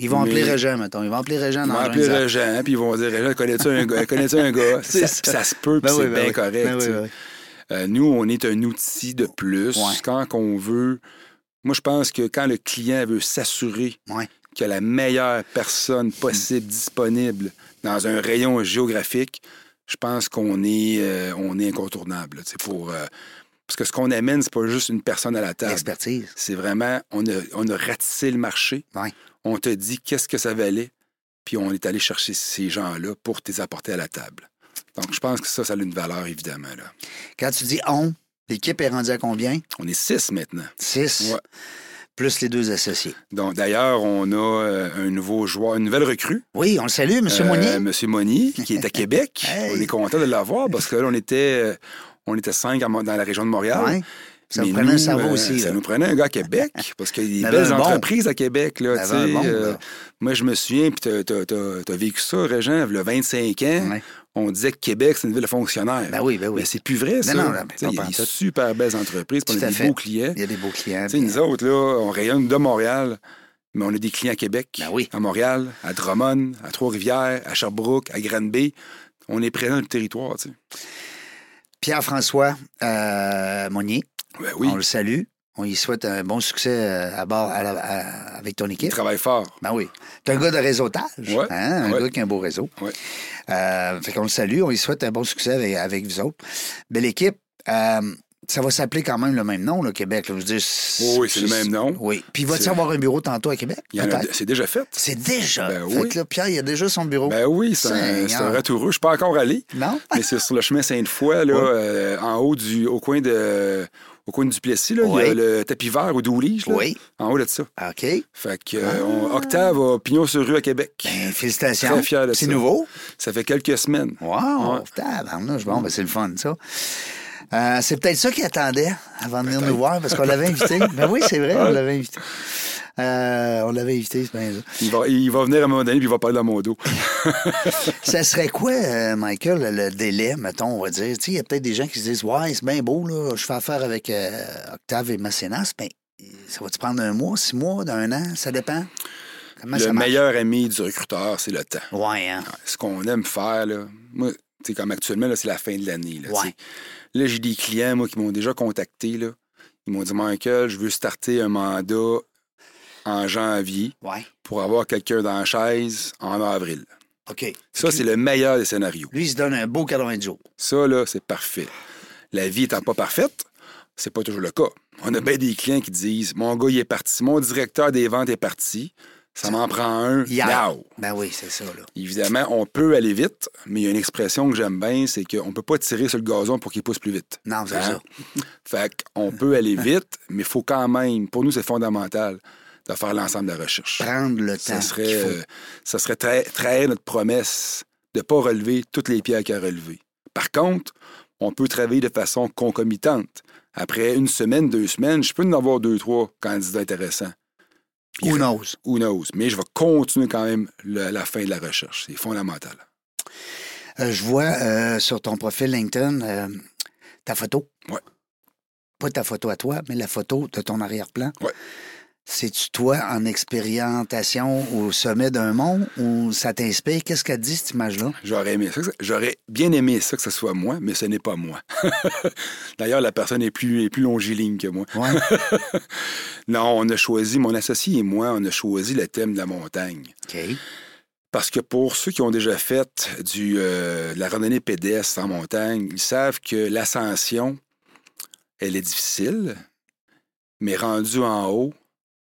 Speaker 1: Ils vont
Speaker 2: Mais-
Speaker 1: appeler Régent, mettons. Ils vont appeler Régent
Speaker 2: Ils
Speaker 1: dans
Speaker 2: vont
Speaker 1: la
Speaker 2: appeler
Speaker 1: journée.
Speaker 2: Régent, puis ils vont dire Régent, connais-tu un gars Connais-tu un gars Tu sais,
Speaker 1: Ça-
Speaker 2: Puis ça se peut, puis
Speaker 1: Ben oui,
Speaker 2: c'est
Speaker 1: ben
Speaker 2: bien
Speaker 1: oui.
Speaker 2: correct.
Speaker 1: Ben oui,
Speaker 2: tu sais.
Speaker 1: ben oui.
Speaker 2: Euh, nous, on est un outil de plus.
Speaker 1: Ouais.
Speaker 2: Quand on veut. Moi, je pense que quand le client veut s'assurer
Speaker 1: Ouais.
Speaker 2: que la meilleure personne possible disponible dans un rayon géographique, je pense qu'on est, euh, on est incontournable. là, tu sais, pour, euh, parce que ce qu'on amène, c'est pas juste une personne à la table.
Speaker 1: L'expertise.
Speaker 2: C'est vraiment, on a, on a ratissé le marché.
Speaker 1: Ouais.
Speaker 2: On te dit qu'est-ce que ça valait, puis on est allé chercher ces gens-là pour te les apporter à la table. Donc, je pense que ça, ça a une valeur, évidemment. Là.
Speaker 1: Quand tu dis on, l'équipe est rendue à combien?
Speaker 2: On est six maintenant.
Speaker 1: Six.
Speaker 2: Ouais.
Speaker 1: Plus les deux associés.
Speaker 2: Donc, d'ailleurs, on a euh, un nouveau joueur, une nouvelle recrue.
Speaker 1: Oui, on le salue, M.
Speaker 2: Euh,
Speaker 1: Monnier.
Speaker 2: Monsieur Monnier, qui est à Québec.
Speaker 1: Hey.
Speaker 2: On est content de l'avoir parce que là, on était, euh, on était cinq à Mo- dans la région de Montréal.
Speaker 1: Ouais. Ça
Speaker 2: Mais
Speaker 1: vous prenait
Speaker 2: nous,
Speaker 1: un cerveau
Speaker 2: euh,
Speaker 1: aussi.
Speaker 2: Ça
Speaker 1: là.
Speaker 2: nous prenait un gars à Québec, parce qu'il y
Speaker 1: Il y
Speaker 2: a
Speaker 1: avait
Speaker 2: des belles
Speaker 1: un bon.
Speaker 2: entreprises à Québec.
Speaker 1: Il y
Speaker 2: Là, tu
Speaker 1: avait un
Speaker 2: sais, euh,
Speaker 1: bon, là.
Speaker 2: moi, je me souviens, puis t'as- t'as t'as- t'as vécu ça, Régent, le 25 ans,
Speaker 1: Ouais.
Speaker 2: on disait que Québec, c'est une ville fonctionnaire.
Speaker 1: Ben oui, ben oui.
Speaker 2: Mais c'est plus vrai, ça.
Speaker 1: non, non, mais
Speaker 2: Tu sais,
Speaker 1: pas
Speaker 2: il y a
Speaker 1: pantoute.
Speaker 2: des super belles entreprises, puis
Speaker 1: Tout
Speaker 2: on
Speaker 1: à
Speaker 2: a des
Speaker 1: fait.
Speaker 2: beaux clients.
Speaker 1: Il y a des beaux clients. euh,
Speaker 2: Tu sais, nous autres, là, on rayonne de Montréal, mais on a des clients à Québec,
Speaker 1: Ben oui.
Speaker 2: à Montréal, à Drummond, à Trois-Rivières, à Sherbrooke, à Granby. On est présent dans le territoire, tu sais.
Speaker 1: Pierre-François euh, Monnier,
Speaker 2: Ben oui,
Speaker 1: on le salue. On lui souhaite un bon succès euh, à bord à la- à- avec ton
Speaker 2: il
Speaker 1: équipe.
Speaker 2: travaille fort.
Speaker 1: Ben oui. T'es un gars de réseautage.
Speaker 2: Ouais,
Speaker 1: hein, Un
Speaker 2: ouais.
Speaker 1: gars qui a un beau réseau.
Speaker 2: Ouais.
Speaker 1: Euh, fait qu'on le salue. On lui souhaite un bon succès avec, avec vous autres. Belle équipe. Euh, ça va s'appeler quand même le même nom, le Québec. là. Je veux dire,
Speaker 2: Oui, oui, c'est le même nom.
Speaker 1: Oui. Puis, va-t-il
Speaker 2: C'est-
Speaker 1: avoir un bureau tantôt à Québec?
Speaker 2: Il y en a-
Speaker 1: Peut-être.
Speaker 2: C'est déjà fait.
Speaker 1: C'est déjà.
Speaker 2: Ben
Speaker 1: Fait
Speaker 2: oui.
Speaker 1: que là, Pierre, il a déjà son bureau.
Speaker 2: Ben oui, c'est un,
Speaker 1: Seigneur.
Speaker 2: c'est un retoureux. Je suis pas encore allé,
Speaker 1: Non?
Speaker 2: mais c'est sur le chemin Sainte-Foy, là,
Speaker 1: Ouais.
Speaker 2: euh, en haut du, au coin de, au coin du Plessis, là,
Speaker 1: Ouais.
Speaker 2: il y a le tapis vert au Doulige, là,
Speaker 1: Oui.
Speaker 2: en haut de ça.
Speaker 1: Ah, OK.
Speaker 2: Fait que euh, on- Octave a pignon sur rue à Québec.
Speaker 1: Ben, félicitations.
Speaker 2: Très fier de
Speaker 1: C'est
Speaker 2: ça.
Speaker 1: nouveau.
Speaker 2: Ça fait quelques semaines.
Speaker 1: Wow!
Speaker 2: Ouais.
Speaker 1: Tabarnouche. Bon, ben c'est le fun, ça. Euh, c'est peut-être ça qu'il attendait avant de venir nous voir, parce qu'on l'avait invité. Ben oui, c'est vrai, on l'avait invité. Euh, on l'avait invité, c'est bien ça.
Speaker 2: Il va, il va venir à un moment donné puis il va parler dans mon dos.
Speaker 1: Ça serait quoi, euh, Michael, le délai, mettons, on va dire? Tu sais, il y a peut-être des gens qui se disent, ouais, c'est bien beau, là, je fais affaire avec euh, Octave et Massénas, mais ça va-tu prendre un mois, six mois, d'un an? Ça dépend. Comment
Speaker 2: le
Speaker 1: ça marche?
Speaker 2: meilleur Ah, ami du recruteur, c'est le temps.
Speaker 1: Ouais, hein?
Speaker 2: Ce qu'on aime faire, là, moi, tu sais, comme actuellement, là, c'est la fin de l'année. Là, tu sais.
Speaker 1: Ouais.
Speaker 2: Là, j'ai des clients, moi, qui m'ont déjà contacté. Là. Ils m'ont dit, Michael, je veux starter un mandat en janvier
Speaker 1: Ouais.
Speaker 2: pour avoir quelqu'un dans la chaise en avril.
Speaker 1: OK.
Speaker 2: Ça, c'est le meilleur des scénarios.
Speaker 1: Lui, il se donne un beau 90 jours.
Speaker 2: Ça, là, c'est parfait. La vie étant pas parfaite, c'est pas toujours le cas. On
Speaker 1: Mm.
Speaker 2: a bien des clients qui disent Mon gars, il est parti, mon directeur des ventes est parti, ça m'en prend un.
Speaker 1: Hier.
Speaker 2: now.
Speaker 1: Ben oui, c'est ça, là.
Speaker 2: Évidemment, on peut aller vite, mais il y a une expression que j'aime bien, c'est qu'on peut pas tirer sur le gazon pour qu'il pousse plus vite.
Speaker 1: Non, c'est
Speaker 2: Hein?
Speaker 1: ça.
Speaker 2: Fait qu'on peut aller vite, mais il faut quand même, pour nous, c'est fondamental de faire l'ensemble de la recherche.
Speaker 1: prendre le temps
Speaker 2: Ça serait,
Speaker 1: qu'il faut.
Speaker 2: euh, ça serait tra- trahir notre promesse de ne pas relever toutes les pierres qu'il y a relevées. Par contre, on peut travailler de façon concomitante. Après une semaine, deux semaines, je peux en avoir deux, trois candidats intéressants.
Speaker 1: Who knows?
Speaker 2: Who knows? Mais je vais continuer quand même le- la fin de la recherche. C'est fondamental.
Speaker 1: Euh, je vois euh, sur ton profil LinkedIn euh, ta photo.
Speaker 2: Ouais.
Speaker 1: Pas ta photo à toi, mais la photo de ton arrière-plan.
Speaker 2: Ouais.
Speaker 1: C'est-tu toi en expérimentation au sommet d'un mont ou ça t'inspire? Qu'est-ce qu'elle dit, cette image-là?
Speaker 2: J'aurais aimé ça. que ça- J'aurais bien aimé ça que ce soit moi, mais ce n'est pas moi. D'ailleurs, la personne est plus, est plus longiligne que moi.
Speaker 1: Ouais.
Speaker 2: Non, on a choisi, mon associé et moi, on a choisi le thème de la montagne.
Speaker 1: OK.
Speaker 2: Parce que pour ceux qui ont déjà fait du, euh, de la randonnée pédestre en montagne, ils savent que l'ascension, elle est difficile, mais rendu en haut,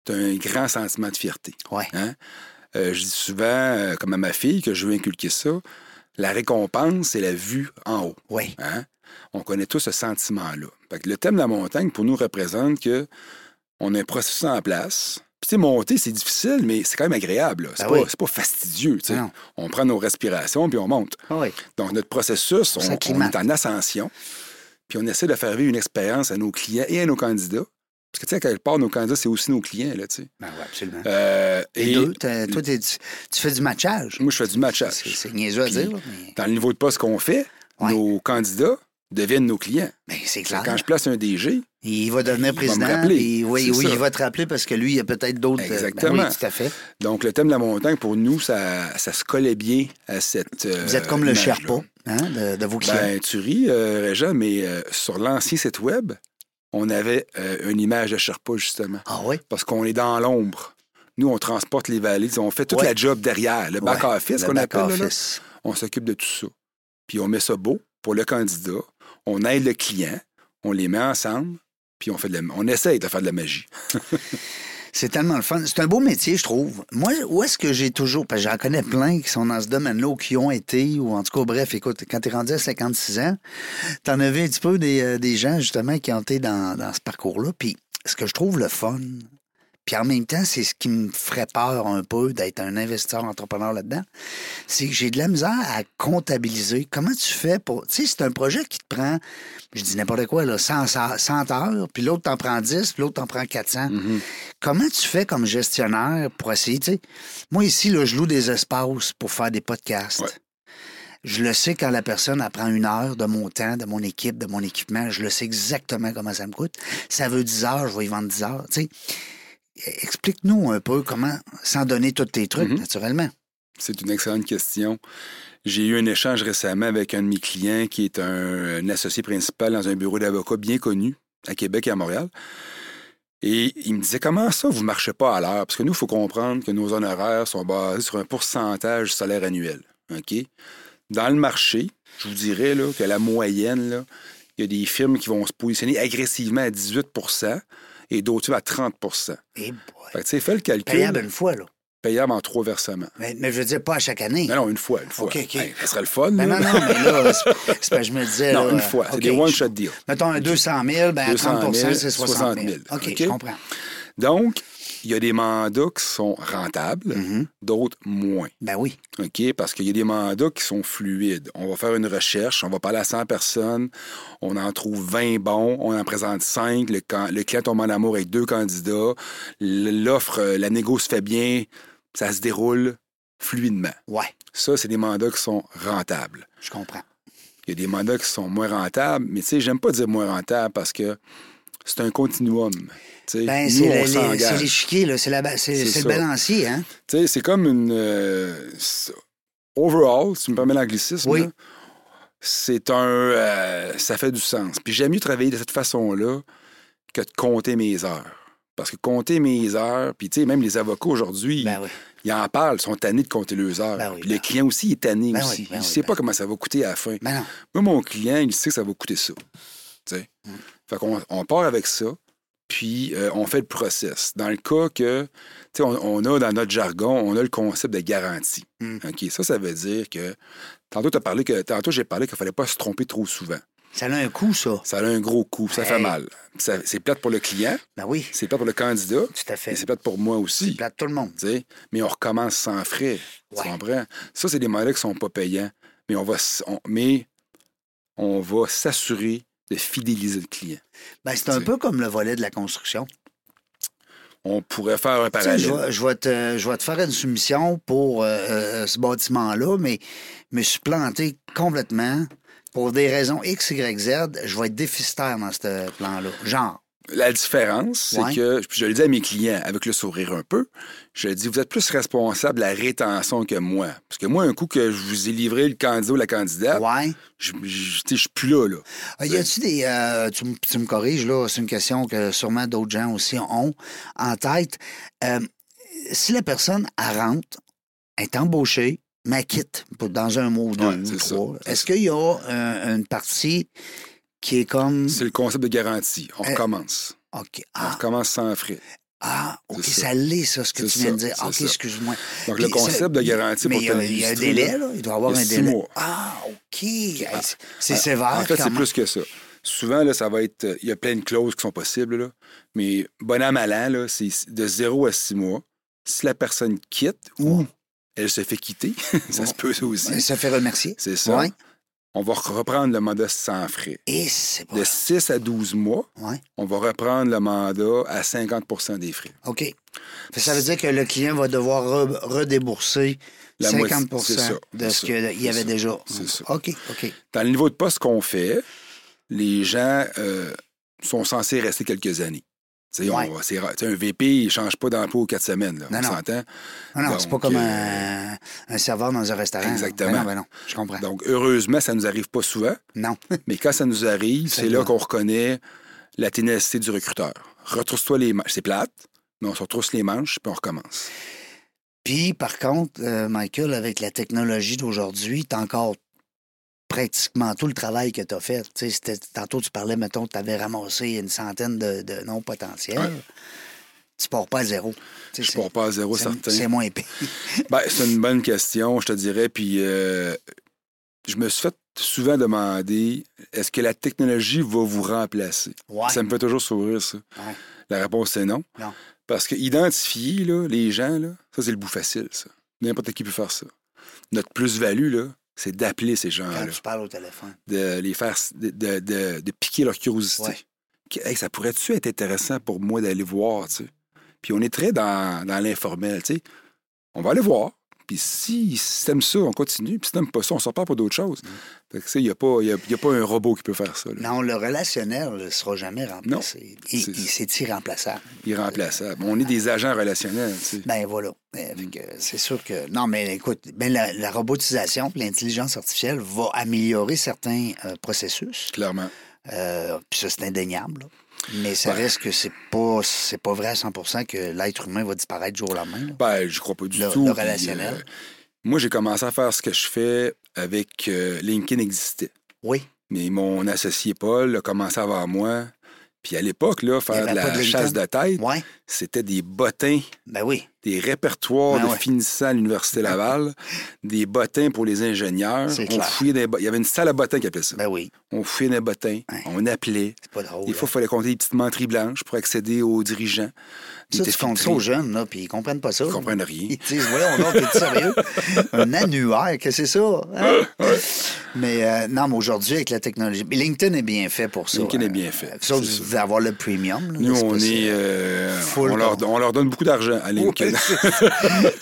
Speaker 2: tu un grand sentiment de fierté.
Speaker 1: Ouais.
Speaker 2: Hein? Euh, je dis souvent, euh, comme à ma fille, que je veux inculquer ça, la récompense, c'est la vue en haut.
Speaker 1: Oui.
Speaker 2: Hein? On connaît tous ce sentiment-là. Fait que Le thème de la montagne, pour nous, représente que on a un processus en place, Puis, tu sais, monter, c'est difficile, mais c'est quand même agréable. là. C'est
Speaker 1: Ben
Speaker 2: pas,
Speaker 1: oui.
Speaker 2: c'est pas fastidieux. tu sais.
Speaker 1: Ah
Speaker 2: hein.
Speaker 1: Non.
Speaker 2: On prend nos respirations, puis on monte.
Speaker 1: Ah oui.
Speaker 2: Donc, notre processus, on,
Speaker 1: Ça
Speaker 2: on
Speaker 1: climate.
Speaker 2: est en ascension, puis on essaie de faire vivre une expérience à nos clients et à nos candidats. Parce que, tu sais, à quelque part, nos candidats, c'est aussi nos clients, là, tu sais.
Speaker 1: Ben oui, absolument.
Speaker 2: Euh,
Speaker 1: et deux, t'as- toi, t'es- tu, tu fais du matchage.
Speaker 2: moi, je fais du matchage.
Speaker 1: C'est c'est niaiseux à
Speaker 2: Puis,
Speaker 1: dire, là, mais,
Speaker 2: Dans le niveau de poste qu'on fait,
Speaker 1: Ouais.
Speaker 2: nos candidats deviennent nos clients.
Speaker 1: mais c'est
Speaker 2: Fait que
Speaker 1: clair.
Speaker 2: Quand je place un DG,
Speaker 1: Il va devenir
Speaker 2: me
Speaker 1: président.
Speaker 2: rappeler.
Speaker 1: puis oui,
Speaker 2: C'est
Speaker 1: oui,
Speaker 2: ça.
Speaker 1: il va te rappeler parce que lui, il y a peut-être d'autres. ben oui,
Speaker 2: Exactement.
Speaker 1: tout à fait.
Speaker 2: donc le thème de la montagne, pour nous, ça, ça se collait bien à cette. euh,
Speaker 1: Vous êtes comme le
Speaker 2: image-là.
Speaker 1: Sherpa hein, de, de vos clients.
Speaker 2: Ben, tu ris, euh, Réjean, mais euh, sur l'ancien site web, on avait euh, une image de Sherpa, justement.
Speaker 1: ah oui?
Speaker 2: parce qu'on est dans l'ombre. Nous, on transporte les valises, on fait toute
Speaker 1: Ouais.
Speaker 2: la job derrière, le
Speaker 1: Ouais,
Speaker 2: back-office
Speaker 1: le
Speaker 2: qu'on
Speaker 1: back
Speaker 2: appelle. là, là.
Speaker 1: office.
Speaker 2: On s'occupe de tout ça. Puis on met ça beau pour le candidat, on aide le client, on les met ensemble, puis on, fait de la- on essaye de faire de la magie.
Speaker 1: C'est tellement le fun. C'est un beau métier, je trouve. Moi, où est-ce que j'ai toujours. Parce que j'en connais plein qui sont dans ce domaine-là ou qui ont été, ou en tout cas, bref, écoute, quand t'es rendu à 56 ans, t'en avais un petit peu des, euh, des gens, justement, qui ont été dans, dans ce parcours-là. Puis, ce que je trouve le fun, puis en même temps, c'est ce qui me ferait peur un peu d'être un investisseur entrepreneur là-dedans, c'est que j'ai de la misère à comptabiliser. Comment tu fais pour. Tu sais, c'est un projet qui te prend, je dis n'importe quoi, là, 100, 100 heures, puis l'autre t'en prend 10, puis l'autre t'en prend 400. Comment tu fais comme gestionnaire pour essayer, tu sais? Moi, ici, là, je loue des espaces pour faire des podcasts.
Speaker 2: Ouais.
Speaker 1: Je le sais quand la personne apprend une heure de mon temps, de mon équipe, de mon équipement. Je le sais exactement comment ça me coûte. Ça veut 10 heures, je vais y vendre 10 heures. tu sais. Explique-nous un peu comment, sans donner tous tes trucs,
Speaker 2: Mhm.
Speaker 1: naturellement.
Speaker 2: C'est une excellente question. J'ai eu un échange récemment avec un de mes clients qui est un, un associé principal dans un bureau d'avocats bien connu à Québec et à Montréal. Et il me disait comment ça, vous ne marchez pas à l'heure? Parce que nous, il faut comprendre que nos honoraires sont basés sur un pourcentage du salaire annuel. OK? Dans le marché, je vous dirais là, que la moyenne, là, il y a des firmes qui vont se positionner agressivement à 18 et d'autres firmes à 30 Fait
Speaker 1: Eh boy.
Speaker 2: que, tu sais, fais le calcul,
Speaker 1: Payable une fois, là.
Speaker 2: payable en trois versements.
Speaker 1: Mais, mais je veux dire, pas à chaque année.
Speaker 2: Non, non, une fois, une fois.
Speaker 1: OK, OK.
Speaker 2: Hey, ça serait le fun.
Speaker 1: Ben
Speaker 2: là.
Speaker 1: non, non, mais là, c'est c'est parce que je me disais.
Speaker 2: Non,
Speaker 1: là,
Speaker 2: une fois. C'est
Speaker 1: OK,
Speaker 2: des one-shot deals.
Speaker 1: Mettons un 200 000, ben à
Speaker 2: 200
Speaker 1: 30
Speaker 2: 000,
Speaker 1: c'est 60 000. OK,
Speaker 2: OK.
Speaker 1: je comprends.
Speaker 2: Donc, il y a des mandats qui sont rentables,
Speaker 1: Mm-hmm.
Speaker 2: d'autres moins.
Speaker 1: Ben oui.
Speaker 2: OK? Parce qu'il y a des mandats qui sont fluides. On va faire une recherche, on va parler à 100 personnes, on en trouve 20 bons, on en présente 5, le, can- le client tombe en amour avec deux candidats, l- l'offre, euh, la négo se fait bien, ça se déroule fluidement.
Speaker 1: Ouais,
Speaker 2: Ça, c'est des mandats qui sont rentables.
Speaker 1: je comprends.
Speaker 2: Il y a des mandats qui sont moins rentables, mais tu sais, j'aime pas dire moins rentable parce que c'est un continuum. Tu sais,
Speaker 1: Ben,
Speaker 2: nous,
Speaker 1: c'est
Speaker 2: on
Speaker 1: les- les- c'est
Speaker 2: s'engage.
Speaker 1: l'échiquier, là. C'est la ba- c'est-
Speaker 2: C'est
Speaker 1: c'est le
Speaker 2: ça.
Speaker 1: balancier, hein?
Speaker 2: Tu sais, c'est comme une. euh, c'est- overall, si tu me permets l'anglicisme,
Speaker 1: Oui.
Speaker 2: là, c'est un. euh, ça fait du sens. Puis j'aime mieux travailler de cette façon-là que de compter mes heures. Parce que compter mes heures, puis tu sais, même les avocats aujourd'hui,
Speaker 1: Ben oui.
Speaker 2: ils en parlent, ils sont tannés de compter leurs heures.
Speaker 1: Ben oui,
Speaker 2: Puis
Speaker 1: ben
Speaker 2: le client aussi il est tanné
Speaker 1: Ben
Speaker 2: aussi.
Speaker 1: oui, ben
Speaker 2: il
Speaker 1: oui,
Speaker 2: sait
Speaker 1: ben
Speaker 2: pas comment ça va coûter à la fin.
Speaker 1: Ben non.
Speaker 2: Moi, mon client, il sait que ça va coûter ça. Tu sais. Fait qu'on on part avec ça, puis euh, on fait le process. Dans le cas que, tu sais, on, on a dans notre jargon, on a le concept de garantie.
Speaker 1: Mm.
Speaker 2: OK, ça, ça veut dire que, tantôt, t'as parlé que, tantôt j'ai parlé qu'il fallait pas se tromper trop souvent.
Speaker 1: Ça a un coût, ça.
Speaker 2: Ça a un gros coup, ça
Speaker 1: Hey.
Speaker 2: fait mal. Ça- C'est plate pour le client,
Speaker 1: Ben oui,
Speaker 2: c'est plate pour le candidat,
Speaker 1: tout à
Speaker 2: et
Speaker 1: fait.
Speaker 2: c'est plate pour moi aussi.
Speaker 1: Plate tout le monde.
Speaker 2: tu sais. Mais on recommence sans frais.
Speaker 1: Ouais.
Speaker 2: Tu comprends? Ça, c'est des mandats qui sont pas payants. Mais on va, s- on- mais on va s'assurer de fidéliser le client.
Speaker 1: Ben, c'est un
Speaker 2: C'est-
Speaker 1: peu comme le volet de la construction.
Speaker 2: On pourrait faire un
Speaker 1: Tu sais,
Speaker 2: parallèle.
Speaker 1: je, vais, je vais te, je vais te faire une soumission pour euh, euh, ce bâtiment-là, mais me suis planté complètement pour des raisons X, Y, Z. Je vais être déficitaire dans ce plan-là. Genre,
Speaker 2: La différence, c'est
Speaker 1: Ouais.
Speaker 2: que, puis je le dis à mes clients avec le sourire un peu, je dis, vous êtes plus responsable de la rétention que moi. Parce que moi, un coup que je vous ai livré le candidat ou la candidate,
Speaker 1: ouais.
Speaker 2: je, je- tu sais, je suis plus là. là.
Speaker 1: Euh, Y a-tu des. euh, tu, me- tu me corriges, là, c'est une question que sûrement d'autres gens aussi ont en tête. Euh, si la personne, elle rentre, elle est embauchée, mais elle quitte pour- dans un mois ou deux
Speaker 2: Ouais,
Speaker 1: ou
Speaker 2: c'est ça,
Speaker 1: trois,
Speaker 2: c'est
Speaker 1: est-ce
Speaker 2: ça.
Speaker 1: qu'il y a euh, une partie qui est comme.
Speaker 2: C'est le concept de garantie. On
Speaker 1: Euh,
Speaker 2: recommence.
Speaker 1: OK.
Speaker 2: On
Speaker 1: Ah,
Speaker 2: recommence sans frais.
Speaker 1: ah, OK,
Speaker 2: c'est ça.
Speaker 1: ça l'est, ça, ce que
Speaker 2: C'est
Speaker 1: tu viens de
Speaker 2: ça,
Speaker 1: dire.
Speaker 2: c'est
Speaker 1: OK,
Speaker 2: ça.
Speaker 1: excuse-moi.
Speaker 2: Donc,
Speaker 1: Puis
Speaker 2: le concept de
Speaker 1: ça-
Speaker 2: garantie
Speaker 1: mais
Speaker 2: pour
Speaker 1: il y a- il y a un
Speaker 2: t'illustrer,
Speaker 1: délai,
Speaker 2: là,
Speaker 1: là. Il doit y avoir
Speaker 2: il y a
Speaker 1: un
Speaker 2: six
Speaker 1: délai.
Speaker 2: mois.
Speaker 1: Ah, OK. Hey, c'est- C'est
Speaker 2: En
Speaker 1: sévère.
Speaker 2: fait,
Speaker 1: quand
Speaker 2: c'est
Speaker 1: même.
Speaker 2: plus que ça. Souvent, là, ça va être. euh, Il y a plein de clauses qui sont possibles, là, mais bon à mal an, là, c'est de 0 à 6 mois. Si la personne quitte ou elle se fait quitter, ça se peut ça aussi.
Speaker 1: Elle se fait remercier.
Speaker 2: C'est ça.
Speaker 1: Ouais.
Speaker 2: On va reprendre le mandat sans frais.
Speaker 1: Et c'est pas.
Speaker 2: De 6 à 12 mois,
Speaker 1: Ouais.
Speaker 2: on va reprendre le mandat à 50 des frais.
Speaker 1: OK. Fait que Ça veut dire que le client va devoir re- redébourser
Speaker 2: La
Speaker 1: 50
Speaker 2: moitié, c'est ça,
Speaker 1: de
Speaker 2: c'est
Speaker 1: ce
Speaker 2: ça,
Speaker 1: qu'il y
Speaker 2: c'est
Speaker 1: avait
Speaker 2: ça,
Speaker 1: déjà.
Speaker 2: c'est ça.
Speaker 1: OK, OK.
Speaker 2: Dans le niveau de poste qu'on fait, les gens euh, sont censés rester quelques années. Tu sais, on-
Speaker 1: Ouais.
Speaker 2: c'est ra- tu sais, un VP, il ne change pas d'emploi aux quatre semaines. là.
Speaker 1: Non,
Speaker 2: on
Speaker 1: non.
Speaker 2: s'entend.
Speaker 1: Non, non, c'est pas
Speaker 2: Donc,
Speaker 1: comme
Speaker 2: euh,
Speaker 1: un, un serveur dans un restaurant.
Speaker 2: Exactement.
Speaker 1: Ben non, ben non, je comprends.
Speaker 2: Donc, heureusement, ça ne nous arrive pas souvent,
Speaker 1: non.
Speaker 2: mais quand ça nous arrive, c'est
Speaker 1: Absolument.
Speaker 2: là qu'on reconnaît la ténacité du recruteur. Retrousse-toi les manches. C'est plate, mais on se retrousse les manches, puis on recommence.
Speaker 1: Puis, par contre, euh, Michael, avec la technologie d'aujourd'hui, t'as encore pratiquement tout le travail que t'as fait. Tu sais, c'était- tantôt, tu parlais, mettons, tu avais ramassé une centaine de, de noms potentiels.
Speaker 2: Ouais.
Speaker 1: Tu pars pas à zéro. Tu sais,
Speaker 2: Je
Speaker 1: c'est-
Speaker 2: ne pars pas à zéro
Speaker 1: c'est-
Speaker 2: certain.
Speaker 1: C'est moins épais.
Speaker 2: Ben, c'est une bonne question, je te dirais. Puis euh, je me suis fait souvent demander est-ce que la technologie va vous remplacer
Speaker 1: Ouais.
Speaker 2: Ça me fait toujours sourire, ça.
Speaker 1: Ouais.
Speaker 2: La réponse, c'est non.
Speaker 1: Non.
Speaker 2: Parce que identifier là, les gens, là, ça, c'est le bout facile, ça. N'importe qui peut faire ça. Notre plus-value, là, c'est d'appeler ces
Speaker 1: Quand
Speaker 2: gens-là,
Speaker 1: tu parles au téléphone.
Speaker 2: de les faire, s- de, de- de- de piquer leur curiosité.
Speaker 1: Ouais.
Speaker 2: Que, hey, ça pourrait-tu être intéressant pour moi d'aller voir, tu sais? Puis on est très dans, dans l'informel, tu sais. On va aller voir. Puis si, si t'aimes ça, on continue. Puis si t'aimes pas ça, on s'en parle pour d'autres
Speaker 1: Mm.
Speaker 2: choses. Fait que, tu sais, il n'y a, pas- y a- y a pas un robot qui peut faire ça. là.
Speaker 1: Non, le relationnel ne sera jamais remplacé. Il-
Speaker 2: c'est
Speaker 1: il- C'est irremplaçable.
Speaker 2: Irremplaçable. On est des agents relationnels, tu sais.
Speaker 1: Ben voilà. Euh,
Speaker 2: Mm.
Speaker 1: fait que C'est sûr que. Non, mais écoute, ben la, la robotisation, puis l'intelligence artificielle va améliorer certains euh, processus.
Speaker 2: Clairement.
Speaker 1: Euh, puis ça, c'est indéniable. là. Mais ça
Speaker 2: Ben.
Speaker 1: reste que c'est pas c'est pas vrai à 100 que l'être humain va disparaître du jour au lendemain. là.
Speaker 2: Ben, je crois pas du
Speaker 1: Le-
Speaker 2: tout.
Speaker 1: le
Speaker 2: Puis,
Speaker 1: relationnel.
Speaker 2: euh, moi, j'ai commencé à faire ce que je fais avec euh, LinkedIn existait.
Speaker 1: Oui.
Speaker 2: Mais mon associé Paul a commencé avant moi. Puis à l'époque,
Speaker 1: Il
Speaker 2: là,
Speaker 1: y
Speaker 2: faire
Speaker 1: avait
Speaker 2: de
Speaker 1: pas de
Speaker 2: la
Speaker 1: LinkedIn.
Speaker 2: chasse de tête,
Speaker 1: Ouais.
Speaker 2: c'était des bottins,
Speaker 1: Ben oui.
Speaker 2: des répertoires
Speaker 1: Ben
Speaker 2: de
Speaker 1: ouais. Ben
Speaker 2: finissants à l'Université Laval, des bottins pour les ingénieurs.
Speaker 1: C'est
Speaker 2: On
Speaker 1: clair.
Speaker 2: fouillait des Il y avait une salle à bottins qui appelait ça.
Speaker 1: Ben oui.
Speaker 2: On fouillait des bottins,
Speaker 1: Ouais.
Speaker 2: on appelait.
Speaker 1: C'est pas drôle.
Speaker 2: Des fois, il fallait compter des petites menteries blanches pour accéder aux dirigeants.
Speaker 1: là.
Speaker 2: Ils
Speaker 1: ça,
Speaker 2: étaient
Speaker 1: tu comptes
Speaker 2: filtrés.
Speaker 1: ça aux jeunes, là, puis ils comprennent pas ça.
Speaker 2: Ils comprennent rien.
Speaker 1: Ils disent, voyons donc, t'es sérieux? Un annuaire, qu'est-ce que c'est ça? hein? mais euh, non, mais aujourd'hui, avec la technologie, mais LinkedIn est bien fait pour ça.
Speaker 2: LinkedIn est
Speaker 1: hein.
Speaker 2: bien fait,
Speaker 1: Sauf que
Speaker 2: c'est
Speaker 1: vous devez avoir le premium. là,
Speaker 2: Nous,
Speaker 1: n'est-ce
Speaker 2: on
Speaker 1: pas,
Speaker 2: est. euh,
Speaker 1: full
Speaker 2: on, leur,
Speaker 1: con.
Speaker 2: on leur donne beaucoup d'argent à LinkedIn.
Speaker 1: c'est-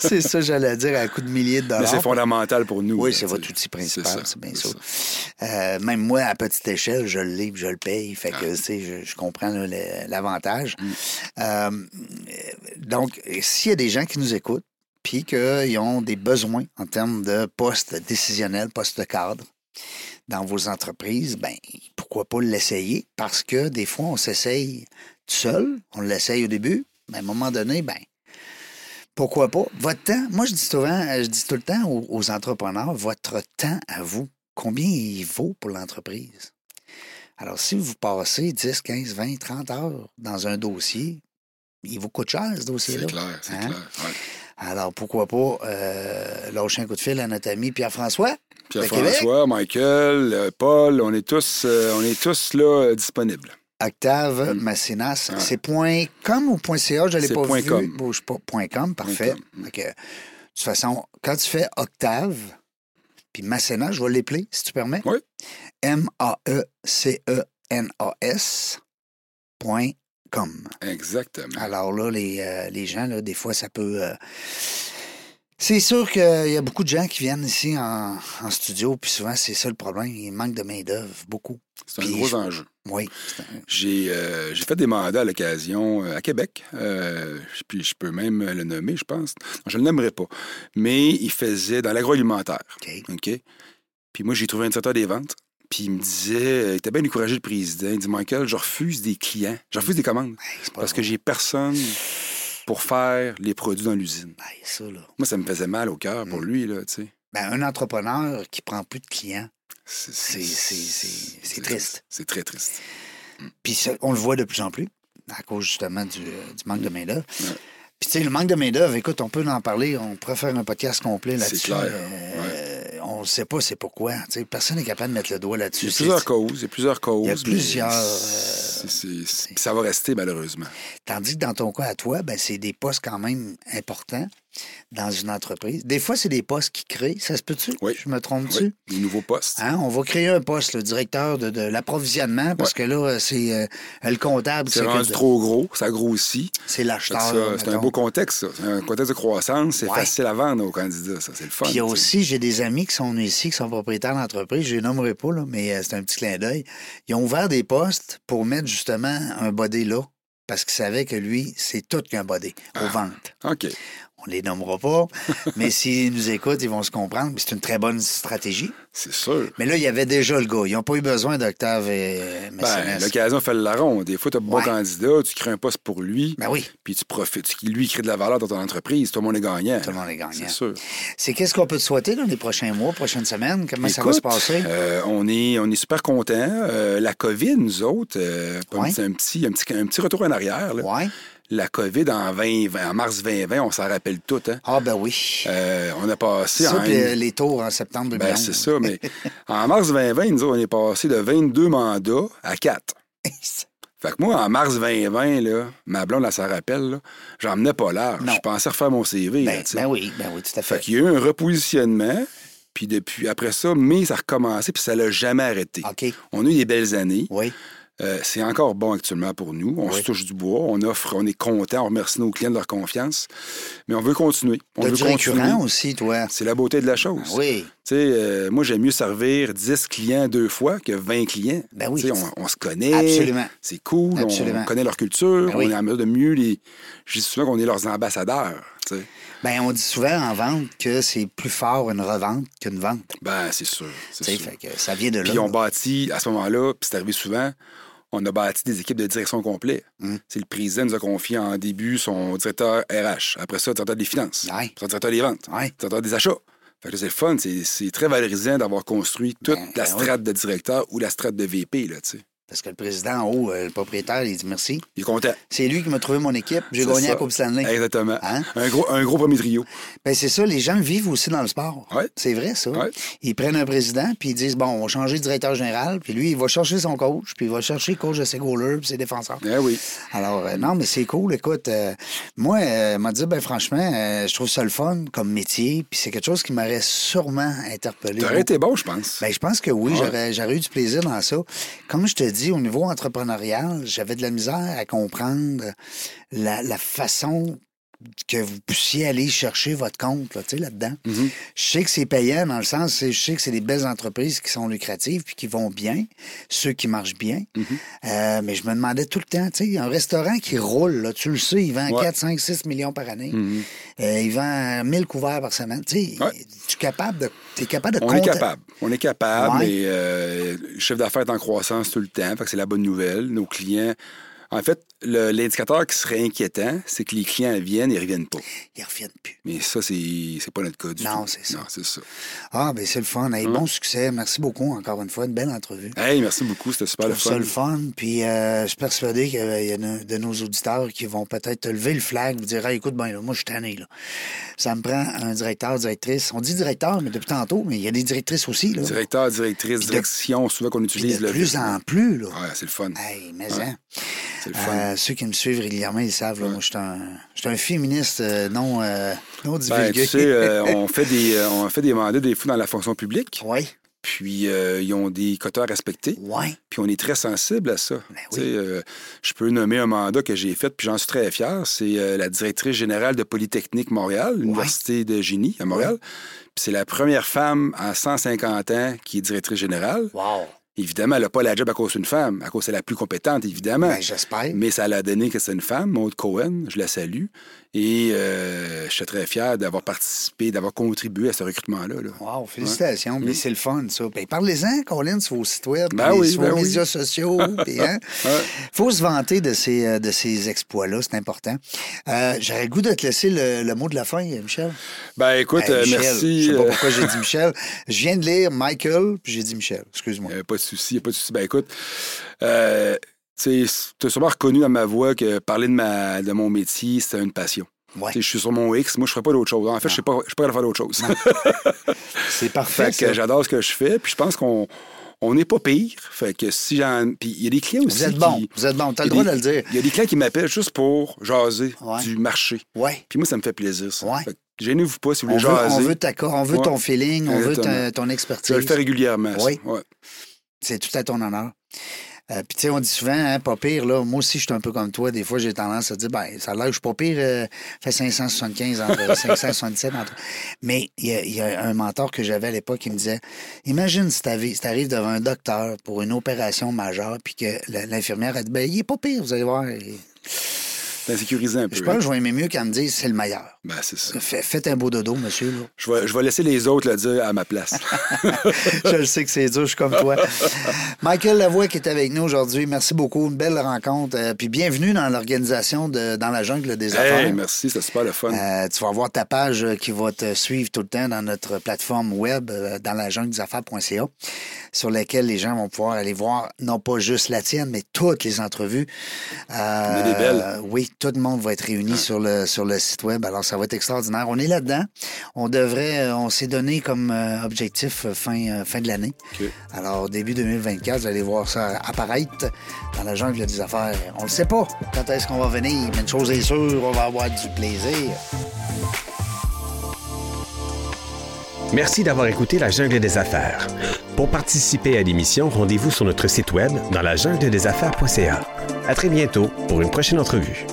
Speaker 1: c'est ça, j'allais dire, à coup de milliers de
Speaker 2: Mais
Speaker 1: dollars.
Speaker 2: c'est fondamental pour nous.
Speaker 1: oui,
Speaker 2: là,
Speaker 1: c'est votre
Speaker 2: tu sais.
Speaker 1: outil principal,
Speaker 2: ça,
Speaker 1: c'est bien
Speaker 2: c'est
Speaker 1: ça. Euh, même moi, à petite échelle, je le livre, je le paye. Fait
Speaker 2: Ah.
Speaker 1: que, tu sais, je, je comprends là, le- l'avantage.
Speaker 2: Mm.
Speaker 1: Euh, donc, s'il y a des gens qui nous écoutent, puis qu'ils ont des besoins en termes de postes décisionnels, postes cadres dans vos entreprises, ben pourquoi pas l'essayer? Parce que des fois, on s'essaye tout seul, on l'essaye au début, mais à un moment donné, ben pourquoi pas? Votre temps, moi je dis souvent, euh, je dis tout le temps aux, aux entrepreneurs, votre temps à vous, combien il vaut pour l'entreprise? Alors, si vous passez 10, 15, 20, 30 heures dans un dossier, il vous coûte cher ce dossier-là.
Speaker 2: C'est clair, c'est
Speaker 1: Hein?
Speaker 2: clair. ouais.
Speaker 1: Alors, pourquoi pas euh, lâcher un coup de fil à notre ami Pierre-François?
Speaker 2: Puis
Speaker 1: Le
Speaker 2: François, Michael, euh, Paul, on est tous, euh, on est tous là, euh, disponibles.
Speaker 1: Octave Massénas, c'est point .com ou point .ca, je l'ai
Speaker 2: Mm. C'est
Speaker 1: pas
Speaker 2: point
Speaker 1: vu.
Speaker 2: com.
Speaker 1: Bon, je sais pas, point .com, parfait.
Speaker 2: Point com,
Speaker 1: Fait que, de toute façon, quand tu fais Octave, puis Massénas, je vais l'épeler, si tu permets. E
Speaker 2: Oui.
Speaker 1: M-A-E-C-E-N-A-S point .com.
Speaker 2: Exactement.
Speaker 1: Alors là, les, euh, les gens, là, des fois, ça peut. euh, C'est sûr qu'il y a beaucoup de gens qui viennent ici en, en studio, puis souvent, c'est ça le problème. Il manque de main-d'œuvre, beaucoup.
Speaker 2: C'est un
Speaker 1: puis
Speaker 2: gros
Speaker 1: je-
Speaker 2: enjeu.
Speaker 1: Oui. c'est un-
Speaker 2: J'ai euh, j'ai fait des mandats à l'occasion euh, à Québec. euh, puis je peux même le nommer, je pense. Non, je ne le nommerai pas. Mais il faisait dans l'agroalimentaire.
Speaker 1: OK.
Speaker 2: OK? Puis moi, j'ai trouvé un secteur des ventes. Puis il me disait, euh, il était bien découragé, le président. Il dit Michael, je refuse des clients, je refuse des commandes.
Speaker 1: Hey, c'est pas
Speaker 2: Parce que j'ai personne pour faire les produits dans l'usine.
Speaker 1: Ben, ça, là.
Speaker 2: Moi, ça me faisait mal au cœur
Speaker 1: Mm.
Speaker 2: pour lui, là, tu sais.
Speaker 1: Ben, un entrepreneur qui prend plus de clients,
Speaker 2: C'est-
Speaker 1: C'est- c'est- c'est- c'est triste.
Speaker 2: C'est très triste.
Speaker 1: puis ça, on le voit de plus en plus, à cause justement du, euh, du manque de main-d'œuvre. Puis, tu sais, le manque de main-d'œuvre, écoute, on peut en parler, on pourrait faire un podcast complet
Speaker 2: C'est
Speaker 1: là-dessus.
Speaker 2: clair,
Speaker 1: Euh, on, on ne sait pas c'est pourquoi. Tu sais, personne n'est capable de mettre le doigt là-dessus.
Speaker 2: Il y a plusieurs causes. Il y a plusieurs causes.
Speaker 1: Il y a
Speaker 2: mais
Speaker 1: plusieurs, euh,
Speaker 2: c'est- c'est- c'est- Ça va rester, malheureusement.
Speaker 1: Tandis que dans ton cas à toi, ben, c'est des postes quand même importants dans une entreprise. Des fois, c'est des postes qui créent. Ça se peut-tu?
Speaker 2: Oui.
Speaker 1: Je me trompe-tu?
Speaker 2: Oui, les nouveaux postes.
Speaker 1: Hein, on va créer un poste, le directeur de, de l'approvisionnement, parce que là, c'est euh, le comptable. qui
Speaker 2: c'est
Speaker 1: s'occupe
Speaker 2: rendu
Speaker 1: de-
Speaker 2: trop gros. Ça grossit.
Speaker 1: C'est
Speaker 2: Fait que
Speaker 1: l'acheteur.
Speaker 2: ça, C'est un
Speaker 1: mettons.
Speaker 2: beau contexte, ça. C'est un contexte de croissance. C'est
Speaker 1: Ah, Ouais.
Speaker 2: facile à vendre aux candidats, ça. C'est le fun.
Speaker 1: Puis
Speaker 2: tu sais.
Speaker 1: aussi, j'ai des amis qui sont venus ici, qui sont propriétaires d'entreprises. Je les nommerai pas, là, mais euh, c'est un petit clin d'œil. Ils ont ouvert des postes pour mettre justement un body là, parce qu'ils savaient que lui, c'est tout qu'un body
Speaker 2: Ah.
Speaker 1: aux ventes.
Speaker 2: OK.
Speaker 1: On les nommera pas, mais s'ils nous écoutent, ils vont se comprendre. C'est une très bonne stratégie.
Speaker 2: C'est sûr.
Speaker 1: Mais là, il y avait déjà le gars. Ils n'ont pas eu besoin d'Octave et euh,
Speaker 2: Ben,
Speaker 1: Messinès.
Speaker 2: l'occasion fait le larron. Des fois, tu as un bon
Speaker 1: Ouais.
Speaker 2: candidat, tu crées un poste pour lui,
Speaker 1: Ben oui,
Speaker 2: puis tu profites. tu- Lui, il crée de la valeur dans ton entreprise. Tout le monde est gagnant.
Speaker 1: tout le monde est gagnant.
Speaker 2: Ben, C'est sûr.
Speaker 1: C'est qu'est-ce qu'on peut te souhaiter dans les prochains mois, prochaines semaines? Comment ça va
Speaker 2: Écoute,
Speaker 1: se passer?
Speaker 2: euh, on, est, on est super contents. Euh, la COVID, nous autres, euh, pas un
Speaker 1: Ouais.
Speaker 2: petit- un, petit, un, petit, un petit retour en arrière. là.
Speaker 1: Ouais.
Speaker 2: La COVID en, 20, 20 en mars 2020, on s'en rappelle tout. Hein.
Speaker 1: Ah ben oui.
Speaker 2: Euh, on a passé
Speaker 1: ça,
Speaker 2: en...
Speaker 1: puis, euh, les tours en septembre 2011.
Speaker 2: Ben, c'est ça, mais en mars 2020, nous autres, on est passé de 22 mandats à 4. Fait que moi, en mars 2020, là, ma blonde, elle s'en rappelle, là, j'en menais pas large.
Speaker 1: Non.
Speaker 2: Je pensais refaire mon CV. là,
Speaker 1: ben,
Speaker 2: tu sais.
Speaker 1: ben oui, ben oui, tout à fait.
Speaker 2: Fait qu'il y a eu un repositionnement, puis depuis, après ça, mai, ça a recommencé, puis ça l'a jamais arrêté.
Speaker 1: OK.
Speaker 2: On a eu des belles années.
Speaker 1: Oui.
Speaker 2: Euh, c'est encore bon actuellement pour nous. On
Speaker 1: Oui.
Speaker 2: se touche du bois, on offre, on est content, on remercie nos clients de leur confiance, mais on veut continuer. On
Speaker 1: T'as
Speaker 2: veut
Speaker 1: du
Speaker 2: continuer.
Speaker 1: récurrent aussi, toi.
Speaker 2: C'est la beauté de la chose.
Speaker 1: Oui.
Speaker 2: Tu sais, euh, moi, j'aime mieux servir 10 clients deux fois que 20 clients.
Speaker 1: Ben oui.
Speaker 2: Tu sais, on, on se connaît.
Speaker 1: Absolument.
Speaker 2: C'est cool. on-
Speaker 1: Absolument.
Speaker 2: On connaît leur culture.
Speaker 1: Ben oui.
Speaker 2: On est en mesure de mieux les. Je dis souvent qu'on est leurs ambassadeurs. tu sais.
Speaker 1: Ben, on dit souvent en vente que c'est plus fort une revente qu'une vente.
Speaker 2: Ben, c'est sûr. c'est
Speaker 1: Tu sais,
Speaker 2: sûr.
Speaker 1: fait que ça vient de là.
Speaker 2: Puis on bâtit, à ce moment-là, puis c'est arrivé souvent, on a bâti des équipes de direction complète.
Speaker 1: Hmm.
Speaker 2: C'est le président nous a confié en début son directeur RH. Après ça, le directeur des finances.
Speaker 1: Ouais.
Speaker 2: Son directeur des ventes.
Speaker 1: Ouais.
Speaker 2: Le directeur des achats. Fait que là, c'est le fun. C'est, c'est très valorisant d'avoir construit toute
Speaker 1: Ben,
Speaker 2: la
Speaker 1: ben oui.
Speaker 2: strate de directeur ou la strate de VP, là, tu sais.
Speaker 1: Parce que le président en haut, euh, le propriétaire, il dit merci.
Speaker 2: Il est content.
Speaker 1: C'est lui qui m'a trouvé mon équipe. J'ai
Speaker 2: C'est
Speaker 1: gagné
Speaker 2: ça.
Speaker 1: la Coupe Stanley.
Speaker 2: Exactement.
Speaker 1: Hein?
Speaker 2: Un, gros, un gros premier trio.
Speaker 1: Ben, c'est ça, les gens le vivent aussi dans le sport.
Speaker 2: Ouais.
Speaker 1: C'est vrai, ça.
Speaker 2: Ouais.
Speaker 1: Ils prennent un président, puis ils disent, bon, on va changer de directeur général, puis lui, il va chercher son coach, puis il va chercher le coach de ses goalers, puis ses défenseurs.
Speaker 2: Eh oui.
Speaker 1: Alors, euh, non, mais c'est cool. Écoute, euh, moi, euh, m'a dit, ben, franchement, euh, je trouve ça le fun comme métier, puis c'est quelque chose qui m'aurait sûrement interpellé.
Speaker 2: T'aurais été bon, je pense.
Speaker 1: Ben, je pense que oui,
Speaker 2: Ah Ouais.
Speaker 1: j'aurais- j'aurais eu du plaisir dans ça. Comme je te dis, au niveau entrepreneurial, j'avais de la misère à comprendre la, la façon que vous puissiez aller chercher votre compte là, tu sais, là-dedans.
Speaker 2: Mm-hmm.
Speaker 1: Je sais que c'est payant dans le sens, c'est- je sais que c'est des belles entreprises qui sont lucratives puis qui vont bien, ceux qui marchent bien.
Speaker 2: Mm-hmm.
Speaker 1: Euh, mais je me demandais tout le temps, tu sais, un restaurant qui roule, là, tu le sais, il vend
Speaker 2: Ouais. Mm-hmm.
Speaker 1: 4, 5, 6 millions par année. Euh, il vend 1000 couverts par semaine. Tu sais,
Speaker 2: Ouais.
Speaker 1: tu es capable de, t'es capable de
Speaker 2: On est
Speaker 1: compta-
Speaker 2: capable. On est capable.
Speaker 1: Ouais.
Speaker 2: Et euh, le chef d'affaires est en croissance tout le temps. Fait que c'est la bonne nouvelle. Nos clients. En fait, le- l'indicateur qui serait inquiétant, c'est que les clients viennent et reviennent pas.
Speaker 1: Ils reviennent plus.
Speaker 2: Mais ça, c'est c'est pas notre cas du
Speaker 1: Non,
Speaker 2: tout.
Speaker 1: c'est ça.
Speaker 2: Non, c'est ça.
Speaker 1: Ah, ben c'est le fun. Hey, Bon succès. Merci beaucoup encore une fois. Une belle entrevue.
Speaker 2: Hey, merci beaucoup. C'était super
Speaker 1: Je
Speaker 2: Ah, le
Speaker 1: trouve ça
Speaker 2: fun.
Speaker 1: le fun. Puis euh, je suis persuadé qu'il y en a de nos auditeurs qui vont peut-être te lever le flag vous dire Ah, écoute, ben là, moi je suis tanné. Là. Ça me prend un directeur, directrice. On dit directeur, mais depuis tantôt, mais il y a des directrices aussi. Là.
Speaker 2: Directeur, directrice,
Speaker 1: de-
Speaker 2: direction, souvent qu'on
Speaker 1: Puis
Speaker 2: utilise
Speaker 1: de
Speaker 2: le.
Speaker 1: plus en plus. Là.
Speaker 2: Ouais, c'est le fun.
Speaker 1: Hey, mais
Speaker 2: Ouais.
Speaker 1: hein.
Speaker 2: C'est le fun.
Speaker 1: Euh, ceux qui me suivent régulièrement, ils savent, là, moi, je suis un, je suis un féministe euh, non, euh, non
Speaker 2: Ben,
Speaker 1: divulgué.
Speaker 2: tu sais, euh, on, fait des, euh, on fait des mandats des fois dans la fonction publique.
Speaker 1: Oui,
Speaker 2: Puis euh, ils ont des quotas à respecter.
Speaker 1: oui.
Speaker 2: Puis on est très sensible à ça.
Speaker 1: Ben oui.
Speaker 2: Tu sais, euh, je peux nommer un mandat que j'ai fait, puis j'en suis très fier. C'est euh, la directrice générale de Polytechnique Montréal, l'Université de génie à Montréal. Puis c'est la première femme à 150 ans qui est directrice générale.
Speaker 1: Wow.
Speaker 2: Évidemment, elle n'a pas la job à cause d'une femme, à cause c'est la plus compétente, évidemment.
Speaker 1: Ben, j'espère.
Speaker 2: Mais ça l'a donné que c'est une femme, Maude Cohen, je la salue. Et euh, je suis très fier d'avoir participé, d'avoir contribué à ce recrutement-là. là.
Speaker 1: Wow, félicitations, mais c'est le fun, ça. Ben, parlez-en, Colin, sur vos sites web,
Speaker 2: Mm. Ben
Speaker 1: puis
Speaker 2: oui,
Speaker 1: sur
Speaker 2: ben
Speaker 1: vos
Speaker 2: oui.
Speaker 1: médias sociaux. Il hein? faut se vanter de ces, euh, de ces exploits-là, c'est important. Euh, J'aurais le goût de te laisser le, le mot de la fin, euh, Michel.
Speaker 2: Ben écoute,
Speaker 1: Hey,
Speaker 2: euh,
Speaker 1: Michel,
Speaker 2: merci.
Speaker 1: Je sais pas
Speaker 2: euh,
Speaker 1: pourquoi j'ai dit Michel. Je viens de lire Michael, puis j'ai dit Michel. Excuse-moi.
Speaker 2: Euh, pas de souci, y a pas de souci. Ben écoute, euh, tu as sûrement reconnu dans ma voix que parler de, ma, de mon métier, c'était une passion.
Speaker 1: Ouais.
Speaker 2: Tu sais, Je suis sur mon X, moi, je ne ferai pas d'autre chose. En fait, je ne suis pas je suis pas capable de faire d'autre chose.
Speaker 1: C'est
Speaker 2: Fait
Speaker 1: parfait.
Speaker 2: que
Speaker 1: ça.
Speaker 2: j'adore ce que je fais, puis je pense qu'on on n'est pas pire. Fait que si j'en. Puis il y a des clients aussi.
Speaker 1: Vous êtes bon,
Speaker 2: qui-
Speaker 1: vous êtes bon, t'as le
Speaker 2: il y a
Speaker 1: droit
Speaker 2: des-
Speaker 1: de le dire.
Speaker 2: Il y a des clients qui m'appellent juste pour jaser
Speaker 1: Ouais.
Speaker 2: du marché.
Speaker 1: Ouais.
Speaker 2: Puis moi, ça me fait plaisir, ça.
Speaker 1: Ouais.
Speaker 2: Fait que gênez-vous pas si vous
Speaker 1: On
Speaker 2: voulez
Speaker 1: veut,
Speaker 2: jaser.
Speaker 1: on veut ta co- on veut
Speaker 2: Ouais.
Speaker 1: ton feeling, on veut ta-
Speaker 2: Exactement.
Speaker 1: ton
Speaker 2: Je
Speaker 1: expertise.
Speaker 2: le fais régulièrement. ça.
Speaker 1: Oui.
Speaker 2: Ouais.
Speaker 1: C'est tout à ton honneur. Euh, Puis, tu sais, on dit souvent, hein, pas pire, là. Moi aussi, je suis un peu comme toi. Des fois, j'ai tendance à dire, ben, ça a l'air que je suis pas pire, euh, fait 575 entre euh, 577 entre. Mais il y, a- il y a un mentor que j'avais à l'époque qui me disait, imagine si t'arrives si t'arrives devant un docteur pour une opération majeure, puis que la- l'infirmière a dit, ben, il est pas pire, vous allez voir.
Speaker 2: C'est insécurisant un peu. hein.
Speaker 1: Je pense que je vais aimer mieux qu'elle me dise, c'est le meilleur.
Speaker 2: Ben, c'est ça.
Speaker 1: Fait- faites un beau dodo, monsieur, là.
Speaker 2: Je vais, je vais laisser les autres le dire à ma place.
Speaker 1: je le sais que c'est dur, je suis comme toi. Michael Lavoie qui est avec nous aujourd'hui, merci beaucoup, une belle rencontre. euh, puis bienvenue dans l'organisation de Dans la jungle des
Speaker 2: hey,
Speaker 1: affaires.
Speaker 2: merci, c'était super le fun.
Speaker 1: Euh, tu vas voir ta page euh, qui va te suivre tout le temps dans notre plateforme web, euh, dans la jungle des affaires.ca, sur laquelle les gens vont pouvoir aller voir, non pas juste la tienne, mais toutes les entrevues. Euh,
Speaker 2: Il y en a des belles. Ah.
Speaker 1: Oui, tout le monde va être réuni sur, le, sur le site web. Alors, ça va être extraordinaire. On est là-dedans. On devrait, euh, on s'est donné comme euh, objectif euh, fin, euh, fin de l'année.
Speaker 2: OK.
Speaker 1: Alors, début 2024, vous allez voir ça apparaître dans la jungle des affaires. On ne sait pas quand est-ce qu'on va venir, mais une chose est sûre, on va avoir du plaisir.
Speaker 3: Merci d'avoir écouté La Jungle des Affaires. Pour participer à l'émission, rendez-vous sur notre site web dans la jungle des affaires.ca. À très bientôt pour une prochaine entrevue.